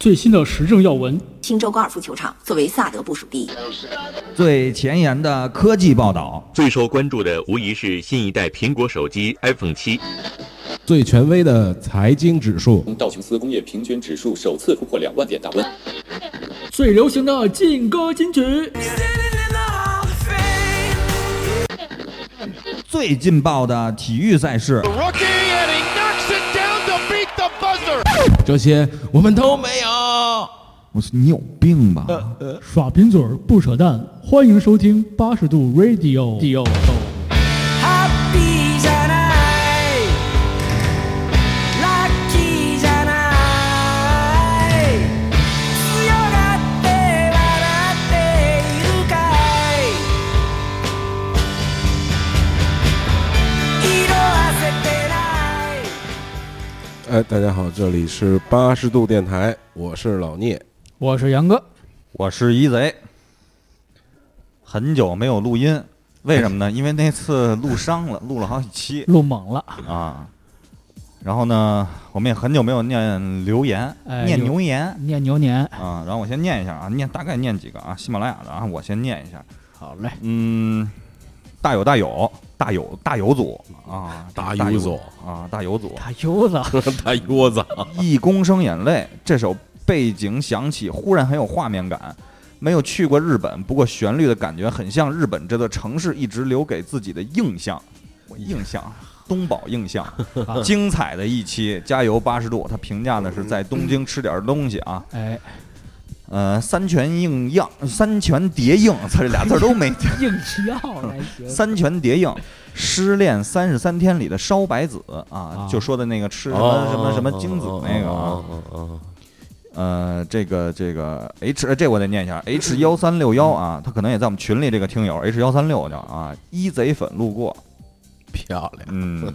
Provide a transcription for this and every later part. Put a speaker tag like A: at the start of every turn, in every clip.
A: 最新的时政要闻，
B: 青州高尔夫球场作为萨德部属地，
C: 最前沿的科技报道，
D: 最受关注的无疑是新一代苹果手机 iPhone 七。
E: 最权威的财经指数，
F: 道琼斯工业平均指数首次突破两万点大关。
A: 最流行的劲歌金曲，
C: 最劲爆的体育赛事，
G: Rookie and he knocks it down to beat the buzzer.
E: 这些我们都没有。
C: 我说你有病吧？
A: 耍贫嘴儿不扯淡。欢迎收听八十度 Radio。
H: Happy じゃないラッキーじゃない強がって笑っているかい色あせてない
I: 哎，大家好，这里是八十度电台，我是老聂。
A: 我是杨哥，
C: 我是一贼，很久没有录音，为什么 呢？因为那次录伤了，录了好几期
A: 录猛了，
C: 啊。然后呢，我们也很久没有念留言，
A: 哎
C: 念
A: 有
C: 牛言
A: 念牛年，
C: 啊。然后我先念一下啊，念大概念几个啊，喜马拉雅的啊，我先念一下。
A: 好嘞，
C: 嗯，大有大有大有大有组啊，
I: 大
C: 有
I: 有组
C: 啊，大有组，
A: 大油子，
I: 大窝子，
C: 一公升眼泪这首背景响起，忽然很有画面感。没有去过日本，不过旋律的感觉很像日本这座城市一直留给自己的印象。我印象，东宝印象，精彩的一期，加油八十度。他评价的是在东京吃点东西啊，
A: 哎，
C: 呃，三拳硬样，三拳叠硬，操，这俩字儿都没听。
A: 硬气要还行。
C: 三拳叠硬，《失恋三十三天》里的烧白子啊
A: 啊，
C: 就说的那个吃
I: 什
C: 什么什么什么精子那个啊，
I: 啊
C: 呃，这个这个 H 呃这我得念一下 H 幺三六幺啊，他可能也在我们群里这个听友 H 幺三六叫啊，一贼粉路过，
I: 漂亮，
C: 嗯，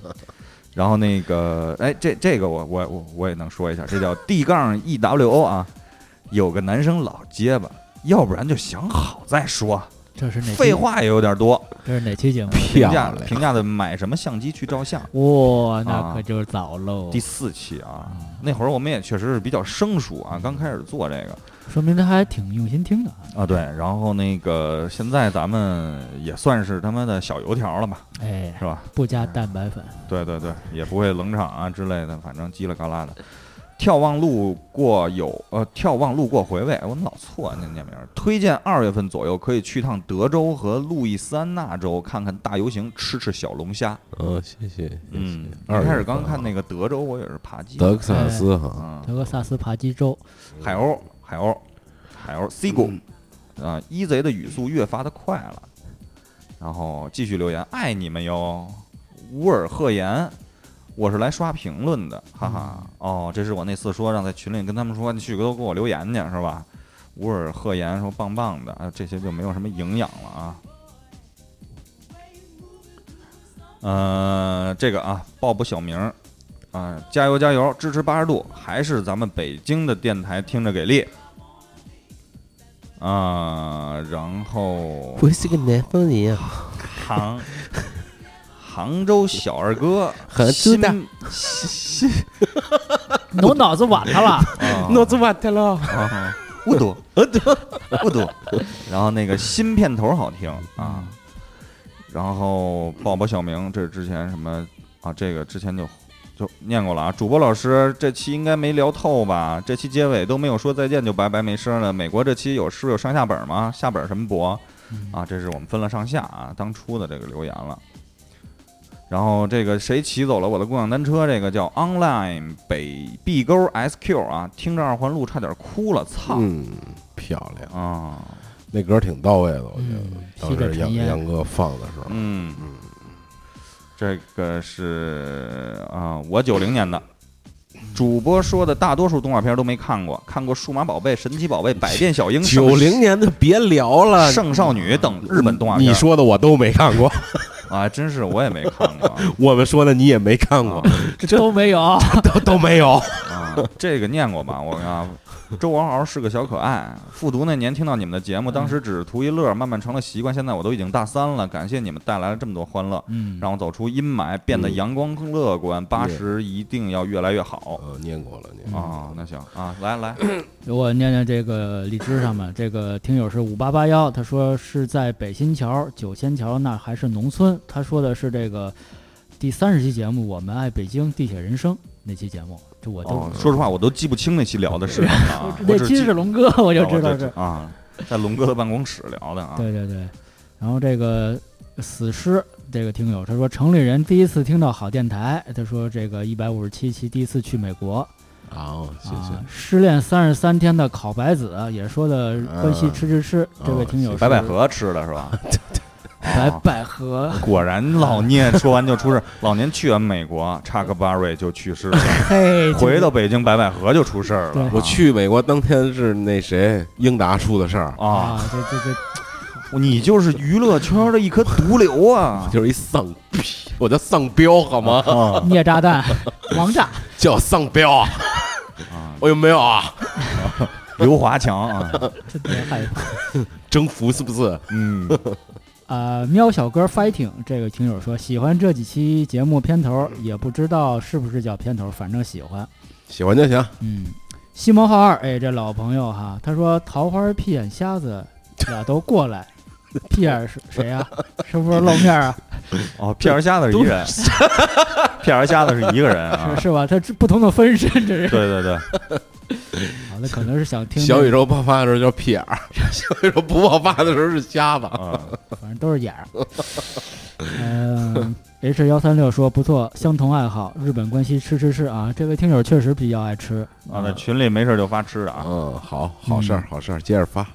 C: 然后那个哎这这个我我我我也能说一下，这叫 D 杠 E W O 啊，有个男生老结巴，要不然就想好再说，
A: 这是哪期？
C: 废，话也有点多，
A: 这是哪期节目？
C: 评
I: 漂
C: 价
I: 亮，
C: 评价的买什么相机去照相。
A: 哦哇，那
C: 啊
A: 可就是早喽
C: 第，四期啊，那会儿我们也确实是比较生疏啊，刚开始做这个
A: 说明他还挺用心听的啊。
C: 啊，对，然后那个现在咱们也算是他妈的小油条了吧，
A: 哎，嗯
C: 是吧？
A: 不加蛋白粉，
C: 对对对，也不会冷场啊之类的，反正叽里嘎啦的。眺望路过有呃，眺望路过回味，哎我们老错那念名儿。推荐二月份左右可以去趟德州和路易斯安那州看看大游行，吃吃小龙虾。
I: 嗯，谢谢，谢谢。
C: 嗯一开始刚看那个德州，我也是爬鸡。
I: 啊德克萨斯哈，
C: 嗯，
A: 德克萨斯扒鸡粥，
C: 海鸥，海鸥，海鸥，C 股，啊，一贼的语速越发的快了。然后继续留言，爱你们哟，乌尔赫言，我是来刷评论的，哈哈。哦，这是我那次说让在群里跟他们说，你去都给我留言去，是吧？乌尔赫言说棒棒的，啊，这些就没有什么营养了啊。呃，这个啊，报不小名儿啊，加油加油，支持八十度，还是咱们北京的电台听着给力啊。然后
J: 我是个南方人啊，
C: 杭杭州小二哥，
J: 杭州
C: 新啊
J: 的
C: 新
A: 我脑子晚他 了，
C: 啊
J: 脑子完蛋了。
C: 啊，不多，不多。 然后那个新片头好听啊，然后抱抱小明，这是之前什么啊？这个之前就就念过了啊。主播老师，这期应该没聊透吧？这期结尾都没有说再见，就拜拜没声了。美国这期有是有上下本吗？下本什么博？啊，这是我们分了上下啊，当初的这个留言了。然后这个谁骑走了我的共享单车？这个叫 Online 北壁沟 SQ 啊，听着二环路差点哭了，操！
I: 嗯，漂亮，
C: 啊，
I: 那歌挺到位的，我觉得
A: 嗯，
I: 当
A: 西北
I: 时
A: 沉
I: 杨
A: 烟
I: 杨哥放的时候，
C: 嗯，这个是啊，我九零年的。主播说的大多数动画片都没看过，看过《数码宝贝》《神奇宝贝》《百变小樱》
I: 九零年的别聊
C: 《
I: 了，
C: 圣少女》等日本动画片。
I: 你说的我都没看过，
C: 啊，真是我也没看过啊
I: 我们说的你也没看过，
C: 啊
A: 这都没有。
I: 都都没有。
C: 啊，这个念过吧？我啊，周王敖是个小可爱。复读那年听到你们的节目，当时只是图一乐，慢慢成了习惯。现在我都已经大三了，感谢你们带来了这么多欢乐，
A: 嗯，
C: 让我走出阴霾，变
I: 嗯
C: 得阳光乐观。八十一定要越来越好
I: 呃，念过了，
A: 嗯
I: 念过了
C: 啊！那行啊，来来，
A: 我念念这个荔枝上面，这个听友是五八八幺，他说是在北新桥、九仙桥那还是农村，他说的是这个第三十期节目《我们爱北京地铁人生》那期节目，这我都、，
C: 哦，说实话我都记不清那期聊的是什么了啊
A: 那
C: 我只
A: 期
C: 记
A: 是龙哥，我就知
C: 啊
A: 道
C: 我
A: 是
C: 这啊，在龙哥的办公室聊的啊，
A: 对对对，然后这个死尸这个听友他说城里人第一次听到好电台，他说这个一百五十七期第一次去美国，
E: 好，谢
A: 啊
E: 谢。
A: 失恋三十三天的烤白子也是说的关系吃吃吃，这位听友是
C: 啊哦白百合吃的 是吧？
A: 白
I: 啊
C: 哦
A: 百合，
C: 果然老聂说完就出事，老年去完美国，查克巴瑞就去 世了，
A: 嘿，这
C: 回到北京白百合就出事儿了啊
A: 对。
I: 我去美国当天是那谁英达出的事儿，
C: 啊，
A: 啊，这这这
C: 你就是娱乐圈的一颗毒 瘤啊！
I: 就是一丧逼，我叫丧彪好吗？
A: 哦
C: 啊
A: 孽炸 弹，王炸，
I: 叫我丧彪啊！我有没有啊？
C: 刘华强啊，
A: 这别害怕。
I: 征服是不是？
C: 嗯，
A: 啊、喵小哥 fighting 这个听友说喜欢这几期节目片头，也不知道是不是叫片头，反正喜欢。
I: 喜欢就行。
A: 嗯，西蒙浩二，哎，这老朋友哈，他说桃花屁眼瞎子俩都过来，屁眼是谁呀、是不是露面 啊？
C: 哦，片儿瞎子是一人，片儿瞎子是一个人啊
A: 是，是吧？他这不同的分身，这 是。
C: 对对对，
A: 好，那可能是想听
I: 小宇
A: 宙，
I: 宙爆发的时候叫屁眼儿， 小宇宙不爆发的时候是瞎子。
C: 啊，
A: 反正都是眼儿。 嗯，H 幺三六说不错，相同爱好，日本关西吃吃吃啊！这位听友确实比较爱吃
C: 啊，在群里没事就发吃的啊，
I: 嗯，好，好事儿，好事儿，接着发。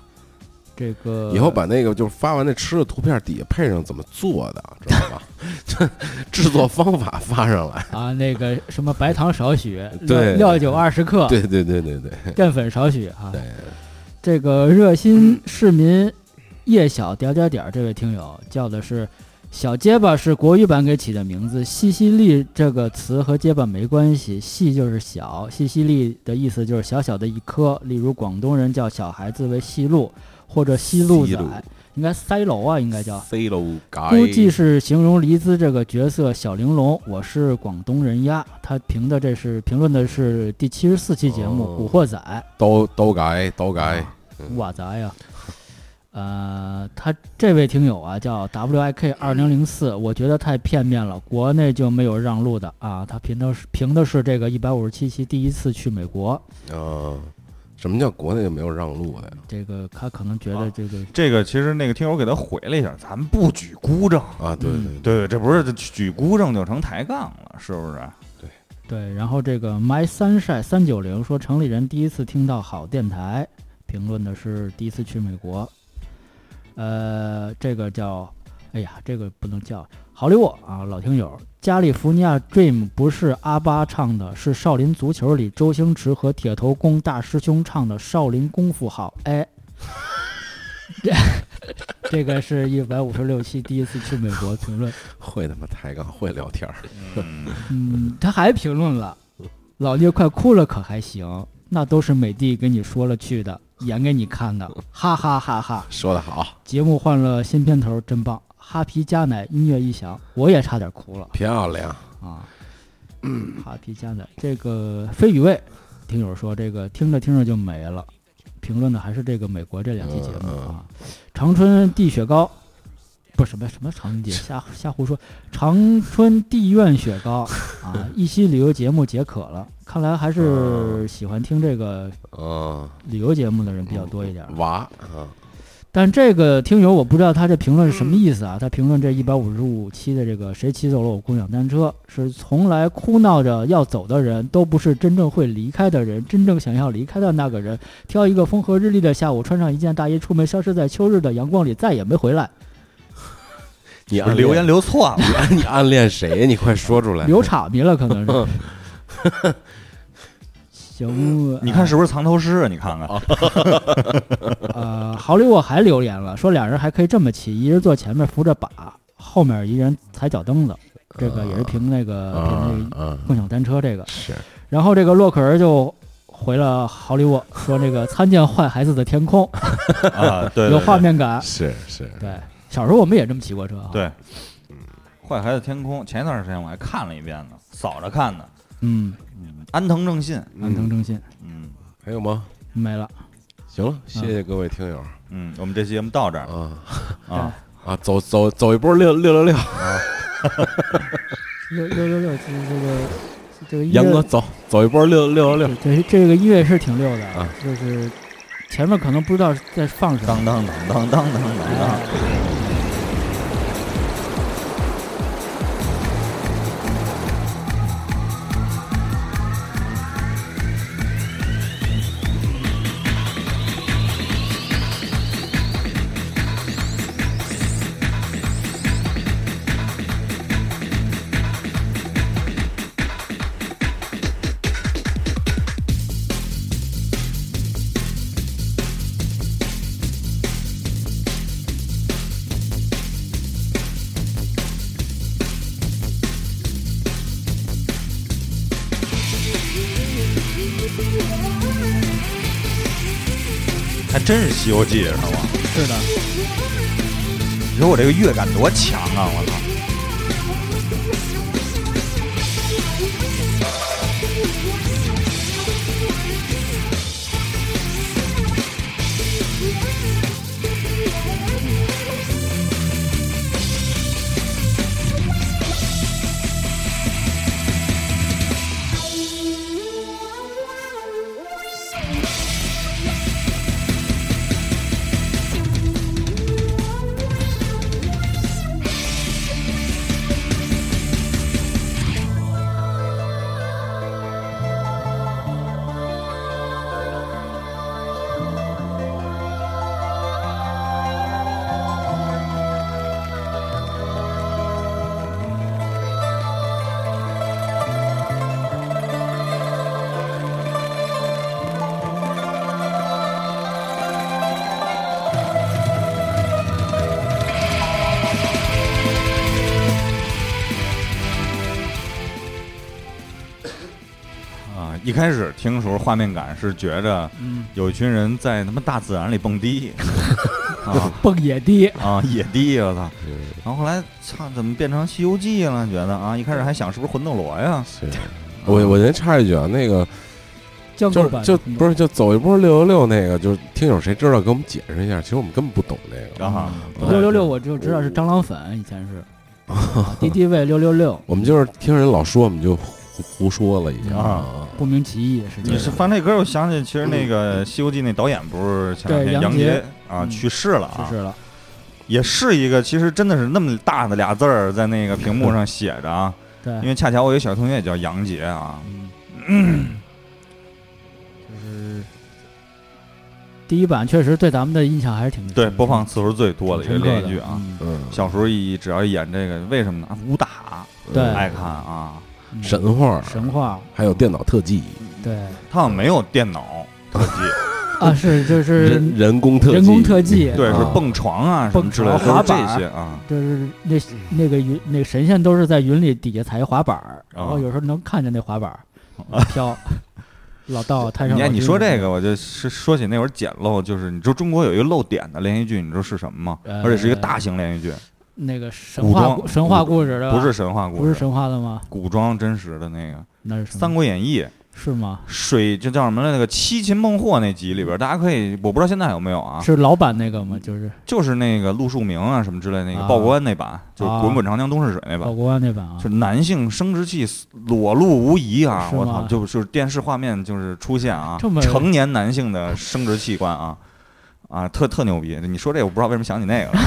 A: 这个
I: 以后把那个就是发完那吃的图片底下配上怎么做
A: 啊
I: 的，知道吧？ 这制作方法发上来。
A: 啊，那个什么白糖少许，
I: 对
A: 料料酒二十克，
I: 对对对对对，
A: 淀粉少许啊。这个热心市民叶小点儿点儿点儿这位听友叫的是小结巴，是国语版给起的名字。西西利这个词和结巴没关系，细就是小，西西利的意思就是小小的一颗。例如广东人叫小孩子为细路，或者西路仔
I: 西路，哎
A: 应该塞楼啊，应该叫。
I: C 楼改
A: 估计是形容黎姿这个角色小玲珑，我是广东人呀。他评的这是评论的是第七十四期节目《
I: 哦
A: 古惑仔
I: 都都改都改，》，
A: 哇咋呀？呃，他这位听友啊叫 W I K 二零零四，我觉得太片面了，国内就没有让路的啊。他评的是评的是这个一百五十七期第一次去美国，
I: 嗯，什么叫国内就没有让路啊的呀？
A: 这个他可能觉得这个
C: 这个其实那个听友给他回了一下，咱们不举孤证，
I: 啊，对对对，
C: 对对，这不是举孤证就成抬杠了，是不是？
A: 对，然后这个 My Sunshine 三九零说，城里人第一次听到好电台，评论的是第一次去美国，呃，这个叫，哎呀，这个不能叫好莱坞啊，老听友，加利福尼亚 Dream 不是阿巴唱的，是少林足球里周星驰和铁头功大师兄唱的《少林功夫好》，哎。 这这个是一百五十六期第一次去美国评论，
I: 会他妈抬杠，会聊天儿，
A: 嗯，他还评论了，老聂快哭了，可还行？那都是美帝给你说了去的，演给你看的，哈哈哈哈！
I: 说的好，
A: 节目换了新片头，真棒！哈皮加奶音乐一响，我也差点哭了
I: 漂亮，
A: 啊！哈皮加奶，这个飞宇卫听友说，这个听着听着就没了，评论的还是这个美国这两期节目啊，长春地雪糕。不什么什么长春地，瞎瞎胡说。长春地院雪糕啊，一期旅游节目解渴了，看来还是喜欢听这个
I: 嗯，
A: 旅游节目的人比较多一点。啊
I: 娃，嗯，
A: 但这个听友我不知道他这评论是什么意
C: 嗯
A: 思啊？他评论这一百五十五期的这个“谁骑走了我共享单车”，是从来哭闹着要走的人都不是真正会离开的人，真正想要离开的那个人，挑一个风和日丽的下午，穿上一件大衣，出门消失在秋日的阳光里，再也没回 来。
I: 你
C: 不是
I: 暗
C: 留言
I: 恋
C: 留错了，
I: 你暗恋谁呀？你快说出
C: 哎
I: 来，
A: 流岔迷了，可能是。 行，
C: 你看是不是藏头诗？你看看，
A: 呃，好里我还留言了，说俩人还可以这么骑，一人坐前面扶着把，后面一人踩脚蹬子，这个也是凭那个、
I: 啊
A: 凭那个
I: 啊，
A: 共享单车这个。
I: 是
A: 然后这个洛克人就回了好莱坞，说这个参见坏孩子的天空，
C: 啊，对，对
A: 有画
C: 对
A: 面感。
I: 是是，
A: 对，小时候我们也这么骑过车啊。，
C: 对，坏孩子天空》前一段时间我还看了一遍呢，扫着看的。
A: 嗯，
C: 安藤正信，
A: 安藤正信
C: 嗯
I: 还有吗？
A: 没了。
I: 行了，谢谢各位听友
C: 嗯，我们这期节目到这儿
I: 啊
C: 啊，
I: 啊，走走走一波六六六六，
A: 六六六六，这这个这个音
I: 杨哥
A: 乐，
I: 走走一波六六六六，
A: 这这个音乐是挺溜的啊
I: 啊，
A: 就是前面可能不知道在放什么。
C: 当当当当当当当当。还真是《西游记》是吗？
A: 是的，
C: 你说我这个乐感多强啊！我操！啊，一开始听的时候画面感是觉着
A: 嗯，
C: 有一群人在他妈大自然里 蹦迪，啊
A: 蹦野迪，
C: 啊野迪，我操！
I: 嗯
C: 然后后来操，怎么变成《西游记》了？觉得啊，一开始还想是不是魂斗罗呀？
I: 是。我我先插一句啊，那个
A: 江浙
I: 就是
A: 版
I: 就
A: 嗯
I: 不是就走一波六六六那个，就是听友谁知道给我们解释一下，其实我们根本不懂那个，
C: 啊，不
A: 嗯
C: 太
A: 六六六，我就知道是蟑螂粉，以前是啊敌敌畏六六六，
I: 我们就是听人老说，我们就胡胡说了已经
C: 啊
A: 不明其义是这
C: 你
A: 样
C: 是翻这歌，我想起其实那个《西游记》那导演不是前两
A: 对
C: 天
A: 杨
C: 杨
A: 洁
C: 洁啊
A: 嗯
C: 去世了啊
A: 去，世了，
C: 也是一个，其实真的是那么大的俩字儿在那个屏幕上写着啊，
A: 对，
C: 因为恰巧我有一小同学也叫杨杰啊，
A: 嗯，就是第一版确实对咱们的印象还是挺
C: 对，播放次数最多的一个连续剧啊。，
A: 嗯挺深刻的
I: 嗯，
C: 小时候一只要一演这个，为什么呢？武打
A: 对
C: 爱看啊，
A: 嗯嗯
I: 神话，
A: 神话，
I: 还有电脑特技，
A: 对
C: 他好像没有电脑特 技，
A: 啊，是就是
I: 人人工特技，
A: 人工特技，
C: 对，
A: 啊
C: 是蹦床啊什么
A: 蹦
C: 之类的，
A: 床
C: 都
A: 滑
C: 是这
A: 板
C: 些啊。
A: 就是那那个云那个神仙都是在云里底下踩滑板儿，然后有时候能看见那滑板儿 飘，老道太上
C: 你
A: 老
C: 看，你
A: 君
C: 说
A: 那
C: 这
A: 个
C: 个，我就是说起那会儿简陋，就是你知道中国有一个漏点的连续剧，你知道是什么吗？
A: 呃
C: 而且是一个大型连续剧，
A: 那个神
C: 古
A: 话
C: 装
A: 故神话故事的吧，
C: 不是神话故
A: 呃
C: 事，
A: 不是神话嗯的吗？
C: 古装真实的那个《
A: 那是什么
C: 三国演义》
A: 是吗？
C: 水，就叫什么来那个七擒孟获那集里边，大家可以，我不知道现在有没有啊，
A: 嗯是老版那个吗？就是
C: 就是那个陆树铭啊什么之类那个
A: 啊
C: 报国恩那版，就是
A: 啊
C: 滚滚长江东逝水那版
A: 老，国安那版啊
C: 就，是男性生殖器裸露无遗啊！
A: 是吗
C: 我操，就就是电视画面就是出现啊
A: 这么，
C: 成年男性的生殖器官啊啊，特特牛逼！你说这我不知道为什么想起那个了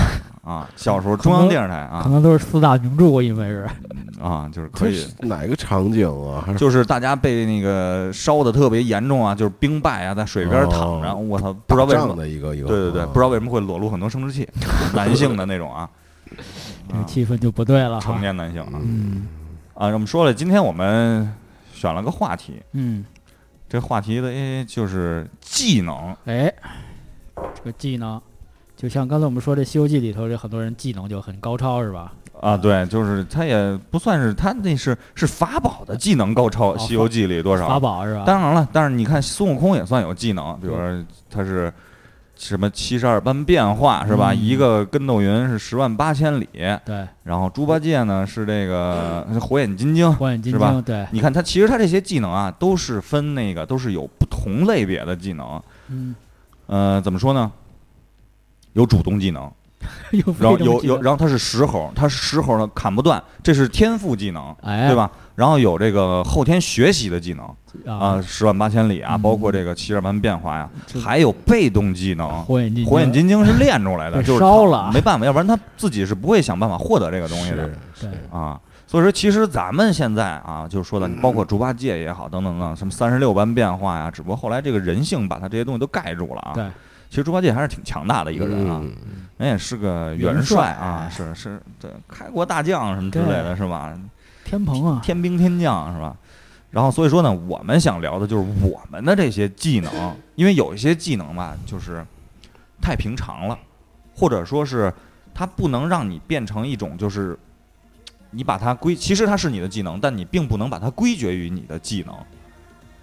C: 啊，小时候中央电视台
A: 可
C: 啊
A: 能都是四大名著，我以为是
C: 啊，就是可
I: 这
C: 以
I: 是。哪个场景啊？还是
C: 就是大家被那个烧的特别严重啊，就是冰败啊，在水边躺着，
I: 哦
C: 我操，不知道为什
I: 打仗
C: 么
I: 的一个一个，
C: 对对对，
I: 啊
C: 不知道为什么会裸露很多生 殖器，男性的那种啊，
A: 这个气氛就不对了
C: 成
A: 哈。
C: 年男性啊
A: 嗯
C: 啊，我们说了，今天我们选了个话题，
A: 嗯，
C: 这话题的诶就是技能，
A: 哎，这个技能，就像刚才我们说这《西游记》里头，这很多人技能就很高超是吧？
C: 啊，对，就是他也不算是他那是是法宝的技能高超，
A: 哦
C: 西游记》里多少？
A: 法宝是吧？
C: 当然了，但是你看孙悟空也算有技能，比如说他是什么七十二般变化是吧？
A: 嗯
C: 一个跟斗云是十万八千里，
A: 对，
C: 然后猪八戒呢是这个火眼金睛。
A: 火眼金
C: 是吧
A: 睛，对，
C: 你看他其实他这些技能啊，都是分那个都是有不同类别的技能。
A: 嗯，
C: 呃，怎么说呢？有主动技能，
A: 有非
C: 然后
A: 常
C: 有
A: 技
C: 有，
A: 能，
C: 然后他是石猴，他是石猴呢砍不断，这是天赋技能，
A: 哎，
C: 对吧？然后有这个后天学习的技能啊，
A: 啊，
C: 十万八千里啊，
A: 嗯
C: 包括这个七十二般变化呀
A: 这，
C: 还有被动技能。
A: 火眼金，
C: 火眼，金睛是练出来的，
A: 被
C: 就是
A: 烧
C: 他
A: 了
C: 没办法，要不然他自己是不会想办法获得这个东西的
A: 对，
C: 啊。所以说，其实咱们现在啊，就是说的，包括猪八戒也好，等等等，什么三十六般变化呀，只不过后来这个人性把他这些东西都盖住了啊。
A: 对，
C: 其实猪八戒还是挺强大的一个人啊，
I: 嗯
C: 人也是个元帅啊，是是，对，开国大将什么之类的，是吧？
A: 天蓬啊，
C: 天兵天将是吧？然后所以说呢，我们想聊的就是我们的这些技能，因为有一些技能吧，就是太平常了，或者说是它不能让你变成一种就是你把它归，其实它是你的技能，但你并不能把它归结于你的技能，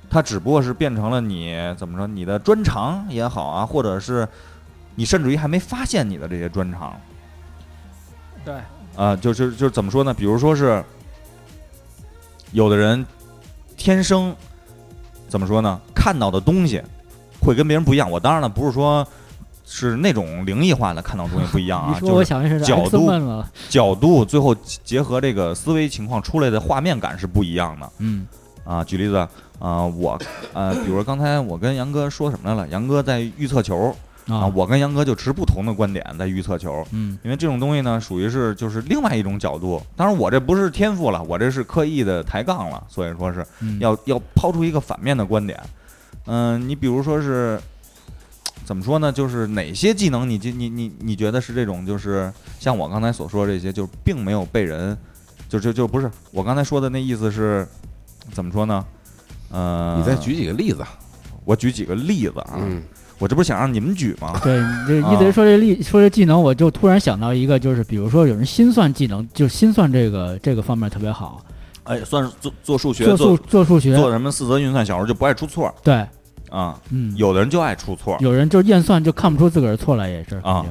C: 它只不过是变成了你怎么说你的专长也好啊，或者是你甚至于还没发现你的这些专长，
A: 对，
C: 啊，就是就是怎么说呢？比如说是有的人天生怎么说呢？看到的东西会跟别人不一样。我当然了，不是说是那种灵异化的看到东西不一样
A: 一
C: 啊，
A: 说
C: 就
A: 我
C: 是
A: 想起是
C: 角
A: X
C: 度
A: 问了，
C: 角度最后结合这个思维情况出来的画面感是不一样的。
A: 嗯，
C: 啊，举例子啊、我呃，比如说刚才我跟杨哥说什么来了？杨哥在预测球啊，
A: 啊，
C: 我跟杨哥就持不同的观点在预测球。
A: 嗯，
C: 因为这种东西呢，属于是就是另外一种角度。当然，我这不是天赋了，我这是刻意的抬杠了，所以说是
A: 嗯
C: 要要抛出一个反面的观点。嗯、你比如说是怎么说呢？就是哪些技能你就你你你觉得是这种，就是像我刚才所说的这些，就是并没有被人就就就不是我刚才说的那意思是怎么说呢？呃，
I: 你再，举几个例子，
C: 我举几个例子啊，
I: 嗯，
C: 我这不是想让你们举吗？
A: 对，你这一
C: 啊
A: 直说这力说这技能，我就突然想到一个，就是比如说有人心算技能，就心算这个这个方面特别好，
C: 哎，算是做做数学
A: 做数
C: 做
A: 做数学，
C: 做什么四则运算，小时候就不爱出错儿
A: 对，
C: 啊。
A: 嗯，
C: 有的人就爱出错儿，
A: 有人就是验算就看不出自个儿错来，也是
C: 啊，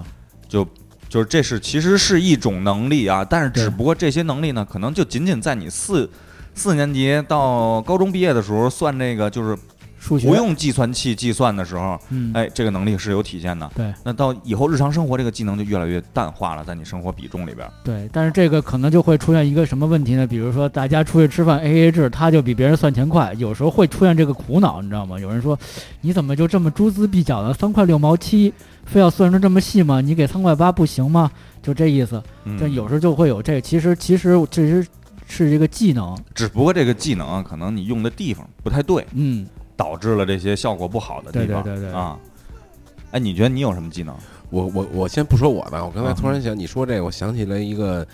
C: 就就是这是其实是一种能力啊，但是
A: 对
C: 只不过这些能力呢，可能就仅仅在你四四年级到高中毕业的时候算这个就是
A: 数学
C: 不，用计算器计算的时候，
A: 嗯，
C: 哎，这个能力是有体现的。
A: 对，
C: 那到以后日常生活这个技能就越来越淡化了，在你生活比重里边儿。
A: 对，但是这个可能就会出现一个什么问题呢？比如说大家出去吃饭 A A 制，他就比别人算钱快，有时候会出现这个苦恼，你知道吗？有人说，你怎么就这么锱铢必较呢？啊三块六毛七，非要算成这么细吗？你给三块八不行吗？就这意思。
C: 嗯，
A: 但有时候就会有这个，其实其实其实是一个技能，
C: 只不过这个技能啊可能你用的地方不太对，
A: 嗯，
C: 导致了这些效果不好的
A: 对
C: 地
A: 对
C: 方。
A: 对对
C: 啊，哎，你觉得你有什么技能？
I: 我我我先不说我的，我刚才
C: 啊
I: 突然想你说这个，我想起来一个，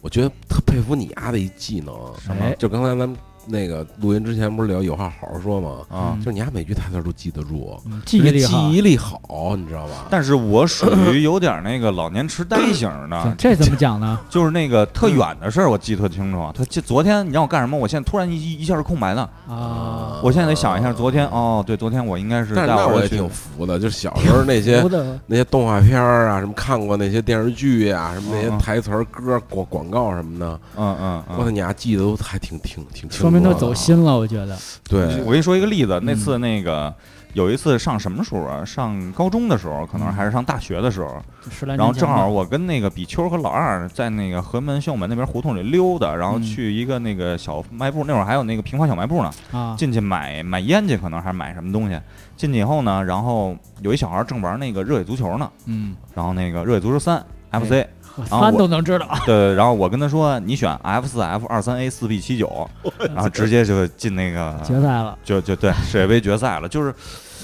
I: 我觉得特佩服你丫的一技能，
A: 哎，
I: 就刚才咱们那个录音之前不是聊有话好好说吗？
C: 啊
A: 嗯
I: 就是你丫每句台词都记得住，
A: 嗯记忆力
I: 记
A: 好，
I: 忆力好，你知道吧？
C: 但是我属 于有点那个老年痴呆型儿的，
A: 这怎么讲 呢？
C: 就是那个特远的事儿，我记得特清
I: 嗯
C: 楚啊。他这昨天你让我干什么？我现在突然一一一下是空白的，
A: 啊，
C: 我现在得想一下昨天哦，对，昨天我应该是
I: 哦但
C: 带
I: 是那
C: 我
I: 我
C: 儿子
I: 也
C: 去
I: 挺服的，就是小时候 那些
A: 服的，
I: 那些动画片儿啊，什么看过那些电视剧啊，什么那
C: 嗯嗯
I: 些台词儿、歌儿、广广告什么的，
C: 嗯嗯
I: 我操，
C: 嗯。
I: 你丫记得都还挺挺挺清楚。
A: 说
I: 啊
A: 明
C: 啊
A: 他走。心了，我觉得。
I: 对，
C: 我跟你说一个例子，那次那
I: 嗯
C: 个有一次上什么时候啊？上高中的时候，可能还是上大学的时
I: 嗯
C: 候，
A: 十来
C: 然后
A: 年前
C: 正好
A: 吧，
C: 我跟那个比丘和老二在那个河门秀门那边胡同里溜达，然后
I: 啊
A: 嗯
C: 去一个那个小卖部，那会儿还有那个平房小卖部呢。
A: 啊，
C: 进去买买烟去，可能还是买什么东西。进去以后呢，然后有一小孩正玩那个热血足球呢，
A: 嗯，
C: 然后那个热血足球三 FC，、
A: 我三都能知道，
C: 对，然后我跟他说你选 F 四 F 二三 A 四 B 七 九，然后直接就进那
A: 决
C: 个
A: 赛了。
C: 就就对世界杯决赛了。就是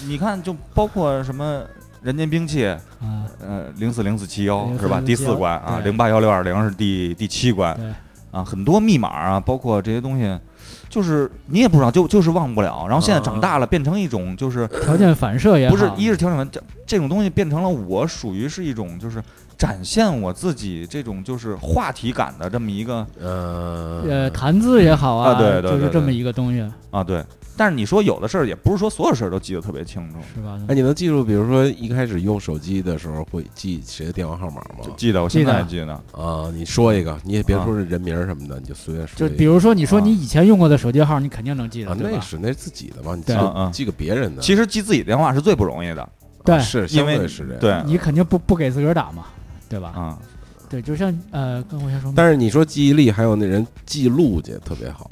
C: 你看，就包括什么人间兵器，
A: 啊，
C: 呃，零四零四七幺
A: 04
C: 是吧？
A: 04
C: 第四关啊，
A: 对
C: 零八幺六二零是第第七关
A: 对
C: 啊，很多密码啊，包括这些东西，就是你也不知道，就就是忘不了。然后现在长
J: 啊
C: 大了，变成一种就是
A: 条件反射也好
C: 不是一是调整完这这种东西变成了我属于是一种就是展现我自己这种就是话题感的这么一个
A: 呃
I: 呃，
A: 谈资也好
C: 啊对对对
A: 就是
C: 对
A: 这么一个东西，
C: 啊对。但是你说有的事儿也不是说所有事儿都记得特别清楚，
A: 是吧？
I: 哎，你能记住，比如说一开始用手机的时候会记谁的电话号码吗
C: 就？记得我
A: 记
C: 现
A: 得
C: 在还记得，
I: 啊，你说一个，你也别说是人名儿什么的，你就随便说
A: 就
I: 一个。
A: 比如说你说
C: 啊
A: 你以前用过的手机号，你肯定能记得，
I: 啊，
A: 对
I: 那
A: 吧？
I: 是那是自己的嘛，你记
A: 对
I: 个
C: 啊啊
I: 记个别人的，
C: 其实记自己电话是最不容易的，
A: 对
I: 啊是
C: 因
I: 相
C: 为
I: 对是这样。
C: 对
A: 你肯定不不给自个儿打嘛，对吧？
C: 啊，
A: 对，就像呃，跟我先说嘛，
I: 但是你说记忆力，还有那人记录去特别好，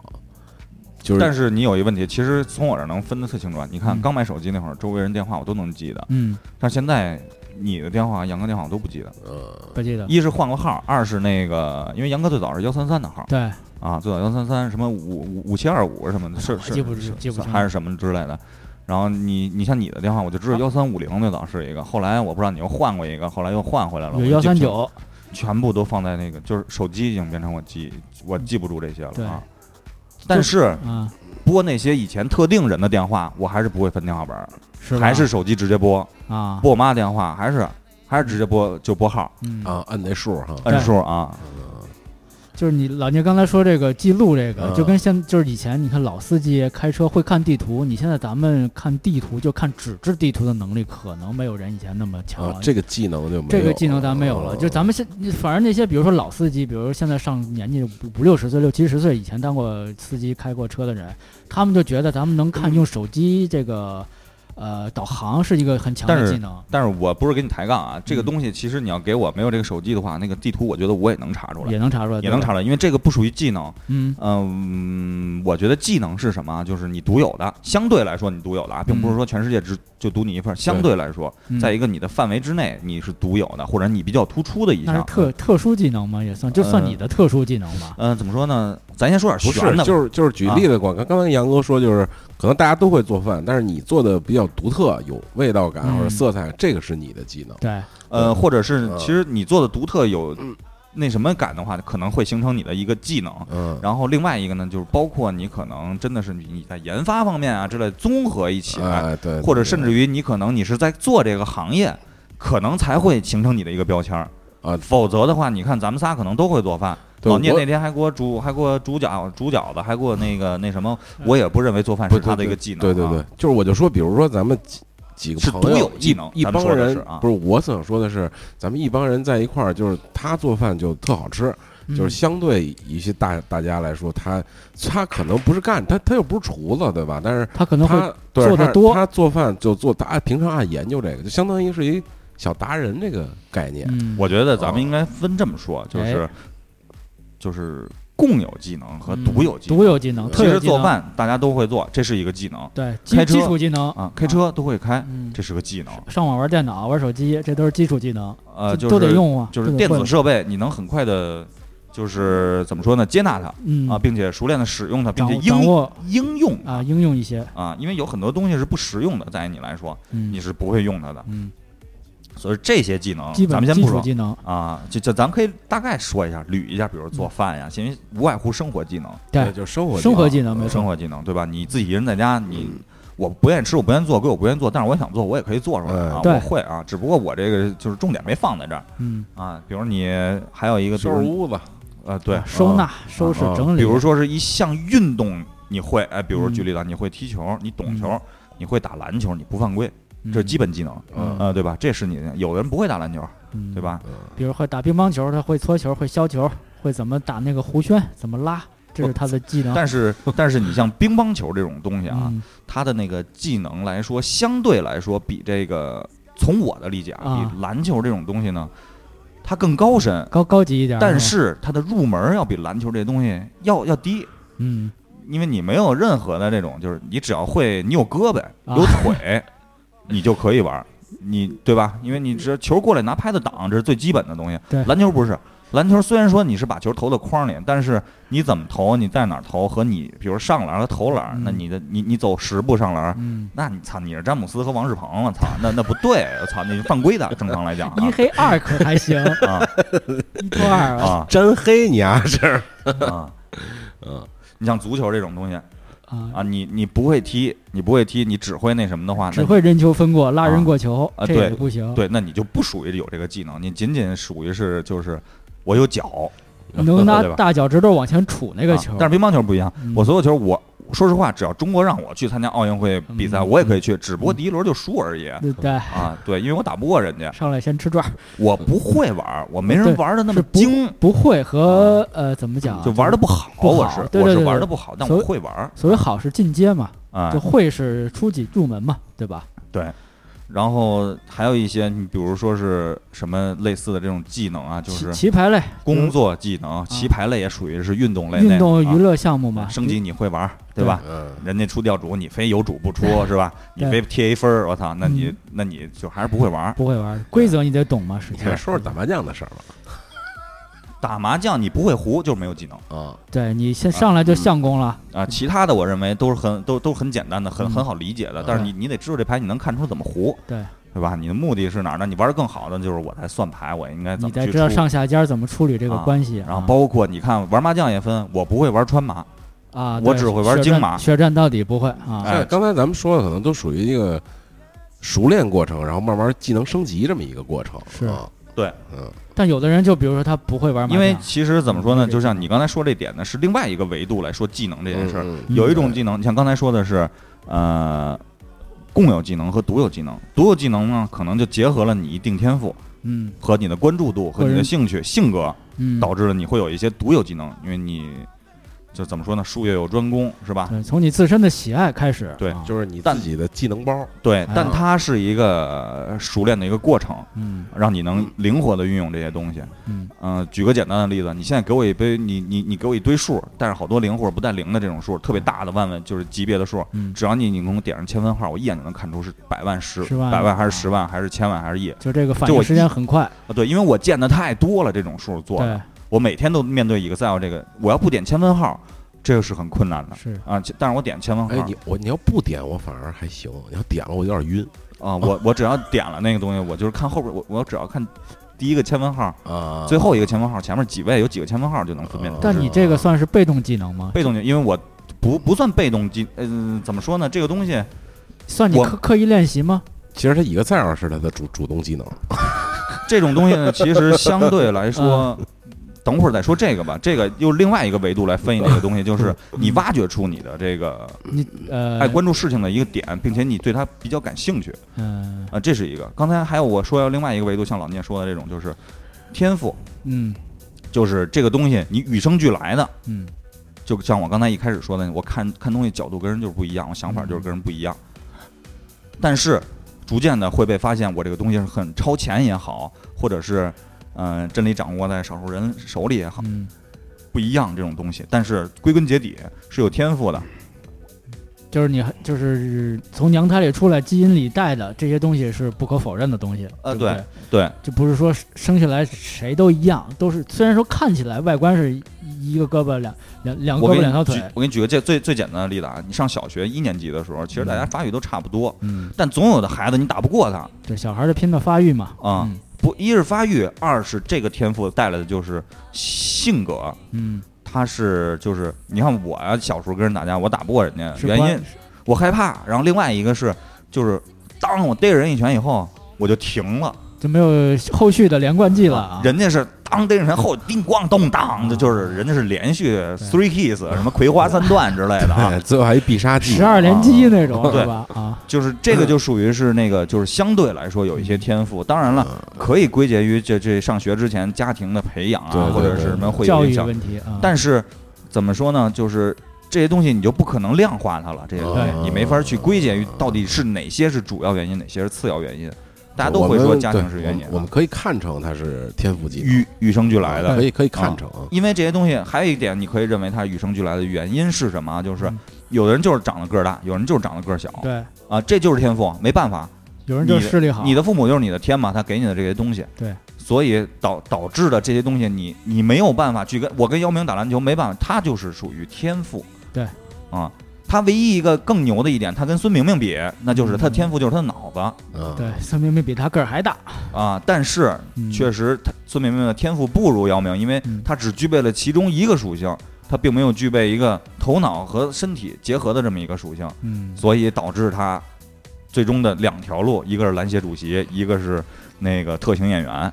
I: 就是
C: 但是你有一个问题，其实从我这儿能分得特清楚啊。你看
A: 嗯
C: 刚买手机那会儿，周围人电话我都能记得，
A: 嗯，
C: 但现在你的电话、杨哥电话我都不记得。
I: 呃
A: 不记得，
C: 一是换过号，二是那个，因为杨哥最早是幺三三的号
A: 对，
C: 啊，最早幺三三什么五五五七二五什么的，是
A: 我
C: 是
A: 记不
C: 是
A: 住记不
C: 是
A: 清
C: 还是什么之类的。然后你你像你的电话，我就知
A: 啊
C: 道幺三五零最早是一个，后来我不知道你又换过一个，后来又换回来了。
A: 有
C: 我
A: 幺
C: 就
A: 三
C: 记不
A: 九，
C: 全部都放在那个，就是手机已经变成我记我记不住这些
A: 对
C: 了啊。但是
A: 啊，
C: 拨那些以前特定人的电话，我还是不会分电话本儿，
A: 是吧
C: 还是手机直接拨。
A: 啊，
C: 拨我妈电话还是还是直接拨就拨号
A: 嗯，
I: 啊，按那数哈，
C: 摁数啊，
A: 就是你老聂刚才说这个记录这个，
I: 嗯
A: 就跟现就是以前你看老司机开车会看地图，你现在咱们看地图就看纸质地图的能力，可能没有人以前那么强
I: 啊
A: 了。，
I: 这个技能就没有
A: 这个技能咱没有
I: 啊
A: 了，就咱们现反正那些，比如说老司机，比如现在上年纪五五六十岁、六七十岁以前当过司机、开过车的人，他们就觉得咱们能看用手机这个呃导航是一个很强
C: 但
A: 的
C: 是
A: 技能。
I: 啊
C: 但是我不是给你抬杠啊，这个
A: 嗯
C: 东西其实你要给我没有这个手机的话，那个地图我觉得我也能查出来
A: 也，能查出来，
C: 也
A: 对
C: 能
A: 吧
C: 查出来，因为这个不属于技能。
A: 嗯，
C: 嗯，我觉得技能是什么啊？就是你独有的，相对来说你独有的啊，并不是说全世界只就独你一份儿。相对来说，
A: 嗯
C: 在一个你的范围之内，你是独有的，或者你比较突出的一
A: 那是
C: 项。
A: 特特殊技能吗？也算，就算
C: 呃
A: 你的特殊技能吧。
C: 嗯，怎么说呢？咱先说点
I: 不
C: 悬的
I: 是，
C: 吧，啊
I: 就是就是举例子广，刚刚才杨哥说就是，可能大家都会做饭，但是你做的比较独特，有味道感
A: 嗯
I: 或者色彩，这个是你的技能。
A: 对，
C: 呃，或者是
I: 嗯
C: 其实你做的独特有那什么感的话，可能会形成你的一个技能。
I: 嗯，
C: 然后另外一个呢，就是包括你可能真的是你你在研发方面啊之类综合一起来，
I: 哎对，
C: 或者甚
I: 至。
C: 至于你可能你是在做这个行业，可能才会形成你的一个标签儿
I: 啊
C: 否则的话，你看咱们仨可能都会做饭。
I: 对
C: 老聂
I: 我
C: 那天还给我煮，还给我煮饺煮饺子，还给我那个那什么，
A: 嗯
C: 我也不认为做饭是他的一个技能、啊。
I: 对对对，就是我就说，比如说咱们几几个
C: 是
I: 朋
C: 独
I: 友
C: 有技能
I: 一一
C: 咱们
I: 帮
C: 说的
I: 人
C: 是啊
I: 不是我想说的是，咱们一帮人在一块儿，就是他做饭就特好吃，
A: 嗯
I: 就是相对一些大大家来说，他他可能不是干他他又不是厨子，对吧？但是
A: 他可能会
I: 他对
A: 做得
I: 他
A: 多
I: 他做饭就做，他平常爱研究这个，就相当于是一小达人这个概念。
A: 嗯，
C: 我觉得
I: 哦
C: 咱们应该分这么说，就
A: 哎嗯
C: 是就是共有技能和独有技能。
A: 独有技能，
C: 其
A: 特有
C: 实
A: 技能
C: 做饭大家都会做，这是一个技能
A: 对基
C: 开车
A: 基础技能
C: 啊。开车都会开，
A: 嗯
C: 这是个技能。
A: 上网玩电脑、玩手机，这都是基础技能，
C: 呃，
A: 这
C: 就
A: 都得
C: 是
A: 用啊，
C: 就是
A: 都得
C: 电
A: 会
C: 子设备，你能很快的，就是怎么说呢，接纳它
A: 嗯
C: 啊，并且熟练的使用它，并
A: 掌
C: 且
A: 握掌
C: 应
A: 握
C: 应用
A: 啊应用一些，
C: 啊，因为有很多东西是不实用的，在你来说
A: 嗯，
C: 你是不会用它的，
A: 嗯，
C: 所以这些技能
A: 基
C: 咱
A: 本
C: 们先
A: 基
C: 不
A: 础
C: 说
A: 技能，嗯
C: 啊，就就咱们可以大概说一下，捋一下，比如做饭呀，因为无外乎生活技能，
A: 对，
I: 就生活
A: 生活技
I: 能
A: 能没
C: 生
A: 错，嗯
C: 活技能对吧？你自己一人在家，你我不愿意吃，我不愿意做，归我不愿意做，但是我想做，我也可以做出来啊，
A: 嗯
C: 我会啊，只不过我这个就是重点没放在这儿
A: 嗯，
C: 啊，比如你还有一个，比
I: 收拾
C: 如
I: 屋子，
C: 呃，对
A: 啊，收纳、收拾、
I: 啊
A: 整理，
C: 比如说是一项运动，你会，哎，比如
A: 嗯
C: 举例子，你会踢球，你懂
A: 嗯
C: 球，你会打篮球，你不犯规，
A: 嗯
C: 这是基本技能，
A: 嗯
C: 呃，对吧？这是你的有的人不会打篮球，对？吧？
A: 嗯比如会打乒乓球，他会搓球，会削球，会怎么打那个弧圈，怎么拉，这是他的技能。
C: 但是但是你像乒乓球这种东西啊，
A: 嗯
C: 它的那个技能来说，相对来说比这个，从我的理解
A: 啊
C: 比篮球这种东西呢，它更高深，
A: 高高级一点儿，
C: 但是它的入门要比篮球这东西要要低。
A: 嗯，
C: 因为你没有任何的这种，就是你只要会，你有胳膊
A: 啊
C: 有腿， 你就可以玩儿，你对吧？因为你只球过来拿拍子挡，这是最基本的东西
A: 对。
C: 篮球不是，篮球虽然说你是把球投到框里，但是你怎么投，你在哪儿投和你比如上篮和投篮，
A: 嗯
C: 那你的你你走十步上篮。
A: 嗯
C: 那你操，你是詹姆斯和王志鹏了，操，那那不对，我操，你是犯规的，正常来讲
A: 嗯，一黑二可还 行，
C: 啊
A: 一拖二
C: 啊
I: 真黑你啊！是
C: 啊啊！你像足球这种东西
A: 啊，
C: 啊，你你不会踢，你不会踢，你只会那什么的话，那
A: 只会扔球分过，拉人
C: 啊
A: 过球，
C: 啊
A: 这
C: 对
A: 也不行。
C: 对，那你就不属于有这个技能，你仅仅属于是就是我有脚，
A: 能拿
C: 对吧
A: 大脚趾头往前杵那个
C: 啊
A: 球，
C: 但是乒乓球不一样，
A: 嗯
C: 我所有球我。说实话，只要中国让我去参加奥运会比赛，
A: 嗯
C: 我也可以去，只不过第一轮就输而已
A: 对对，
C: 啊。对，因为我打不过人家，
A: 上来先吃爪，
C: 我不会玩儿，我没人
A: 对
C: 玩的那么
A: 是不
C: 精，
A: 不会和呃怎么讲啊，
C: 就玩的不好。
A: 不
C: 我
A: 好
C: 是
A: 对
C: 我
A: 对
C: 是
A: 对
C: 玩
A: 对
C: 的不好，但
A: 所
C: 我
A: 以
C: 会玩儿
A: 所谓好是进阶嘛，
C: 啊
A: 就。会是初级入门嘛，对吧？
C: 然后还有一些，你比如说是什么类似的这种技能啊，就
A: 棋
C: 是
A: 棋牌类、
C: 工作技能，棋牌类也属于是运动类内
A: 啊运动
C: 啊
A: 娱乐项目嘛，
C: 升级你会玩儿，
A: 嗯对
C: 对吧？
I: 嗯，
C: 人家出吊主，你非有主不出，是吧？你
A: 对
C: 非贴一分儿，我操，那你
A: 嗯
C: 那你就还是不会玩儿。
A: 不会玩规则你得懂嘛，实际
I: 你
A: 上
I: 先说说打麻将的事儿吧。
C: 打麻将你不会胡，就是没有技能
I: 啊，
A: 对你先上来就相公了，
C: 啊。其他的我认为都是很都都很简单的，很
A: 嗯
C: 很好理解的。但是你你得知道这牌，你能看出怎么胡，
A: 对
C: 对吧？你的目的是哪儿呢？你玩的更好的就是我在算牌，我应该
A: 你
C: 怎么去
A: 才
C: 出。
A: 知道上嗯下家怎么处理这个关系。啊
C: 然后包括你看玩麻将也分，我不会玩川麻，
A: 包啊，
C: 我
A: 对
C: 只会玩
A: 血
C: 京
A: 战
C: 马
A: 血战到底不会啊
C: 哎。
I: 像刚才咱们说的，可能都属于一个熟练过程，然后慢慢技能升级这么一个过程。
A: 是
I: 啊
C: 对，
I: 嗯，
A: 但有的人就比如说他不会玩麻
C: 因为
A: 将，
C: 其实怎么说呢，
A: 嗯
C: 就像你刚才说这点呢，是另外一个维度来说技能这件事儿。
I: 嗯
A: 嗯
C: 有一种技能，你像刚才说的是，呃，共有技能和独有技能。独有技能呢，可能就结合了你一定天赋
A: 嗯
C: 和你的关注度
A: 个
C: 和你的
A: 人
C: 兴趣、性格，
A: 嗯，
C: 导致了你会有一些独有技能，因为你就怎么说呢，术业有专攻，是吧？
A: 对，从你自身的喜爱开始，
C: 对
A: 啊
I: 就是你
C: 但
I: 自己的技能包。
C: 对，但
A: 啊
C: 它是一个呃熟练的一个过程，
A: 嗯
C: 让你能灵活的运用这些东西。
A: 嗯
C: 嗯、举个简单的例子，你现在给我一杯，你你你给我一堆数，但是好多零或者不带零的这种数，特别大的万万就是级别的数，
A: 嗯，
C: 只要你你给我点上千分号，我一眼就能看出是百万、十
A: 十万
C: 百万还是
A: 啊
C: 十万，还是千万还是亿啊？
A: 就这个反
C: 就我
A: 应时间很快，
C: 对，因为我见的太多了，这种数做的，
A: 对，
C: 我每天都面对 Excel 这个，我要不点千分号，这个是很困难的
A: 是
C: 啊。其但是我点千分
I: 哎，
C: 号
I: 你我你要不点我反而还行，你要点了我有点晕
C: 啊，我我只要点了那个东西，我就是看后边，我我只要看第一个千分号，
I: 啊。
C: 最后一个千分号，前面几位有几个千分号就能分辨出是。
I: 啊
A: 但你这个算是被动技能吗？
C: 被动技，因为我不不算被动技，嗯、怎么说呢？这个东西
A: 算你
C: 我
A: 刻刻意练习吗？
I: 其实它一个字儿是它的主主动技能。
C: 这种东西呢，其实相对来说，等会儿再说这个吧。这个又另外一个维度来分析这个东西，就是你挖掘出你的这个
A: 你呃，
C: 爱关注事情的一个点，并且你对它比较感兴趣
A: 嗯
C: 啊，这是一个。刚才还有我说要另外一个维度，像老聂说的这种，就是天赋，
A: 嗯
C: 就是这个东西你与生俱来的。
A: 嗯
C: 就像我刚才一开始说的，我看看东西角度跟人就是不一样，我想法
A: 嗯
C: 就是跟人不一样。但是逐渐的会被发现，我这个东西是很超前也好，或者是嗯、呃真理掌握在少数人手里也好，
A: 嗯，
C: 不一样这种东西。但是归根结底是有天赋的，
A: 就是你还就是从娘胎里出来，基因里带的这些东西是不可否认的东西。
C: 呃
A: 对不
C: 对对
A: 就不是说生下来谁都一样，都是虽然说看起来外观是一个胳膊两两两个嗯
C: 我
A: 胳膊
C: 给
A: 两条
C: 你举
A: 腿，，
C: 我给你举个最最最简单的例子啊，你上小学一年级的时候，其实大家发育都差不多，
A: 嗯，
C: 但总有的孩子你打不过他
A: 对，小孩的拼的发育嘛，
C: 啊。
A: 嗯
C: 不，一是发育，二是这个天赋带来的就是性格，
A: 嗯，
C: 他是就是你看我呀、小时候跟人打架，我打不过人家，
A: 是
C: 原
A: 关
C: 因我害怕。然后另外一个是就是，当我逮人一拳以后，我就停了。
A: 就没有后续的连贯技了啊，
C: 人家是当逮人一拳后叮咣咚当，这就是人家是连续 three kiss 什么葵花三段之类的 啊
I: 哎，， 最后还一必杀技。啊
A: 十二连击那种
C: 对
A: 是吧？啊，
C: 就是这个就属于是那个就是相对来说有一些天赋。当
A: 嗯
C: 然了，可以归结于这这上学之前家庭的培养
I: 对
C: 啊，
I: 对
C: 或者是
I: 对
C: 什么会有
A: 教
C: 影
A: 育
C: 响。
A: 问题啊，
C: 但是怎么说呢，就是这些东西你就不可能量化它了，这些东西
A: 对
C: 你没法去归结于到底是哪些是主要原因，哪些是次要原因。大家都会
I: 我
C: 说
I: 们
C: 家庭是
I: 对
C: 原
I: 我
C: 因啊
I: 们，我们可以看成它是天赋技能，
C: 与与生俱来
I: 可
C: 的。
I: 以可
A: 啊
I: 以看成。啊
C: 因为这些东西还有一点，你可以认为它与生俱来的原因是什么啊？就是
A: 嗯
C: 有的人就是长得个儿大，有人就是长得个儿小
A: 对，
C: 啊，这就是天赋，没办法。
A: 有人就
C: 你
A: 视力好，
C: 你的父母就是你的天嘛，他给你的这些东西。
A: 啊对，
C: 所以导导致的这些东西你，你没有办法去跟我跟姚明打篮球没办法，他就是属于天赋。
A: 对，
C: 啊，他唯一一个更牛的一点，他跟孙明明比，那就是他
A: 嗯
C: 天赋就是他脑子
I: 嗯，
A: 对，孙明明比他个儿还大，
C: 啊，但是
A: 嗯
C: 确实他孙明明的天赋不如姚明，因为
A: 嗯
C: 他只具备了其中一个属性，它并没有具备一个头脑和身体结合的这么一个属性，
A: 嗯，
C: 所以导致他最终的两条路，一个是篮协主席，一个是那个特型演员，啊，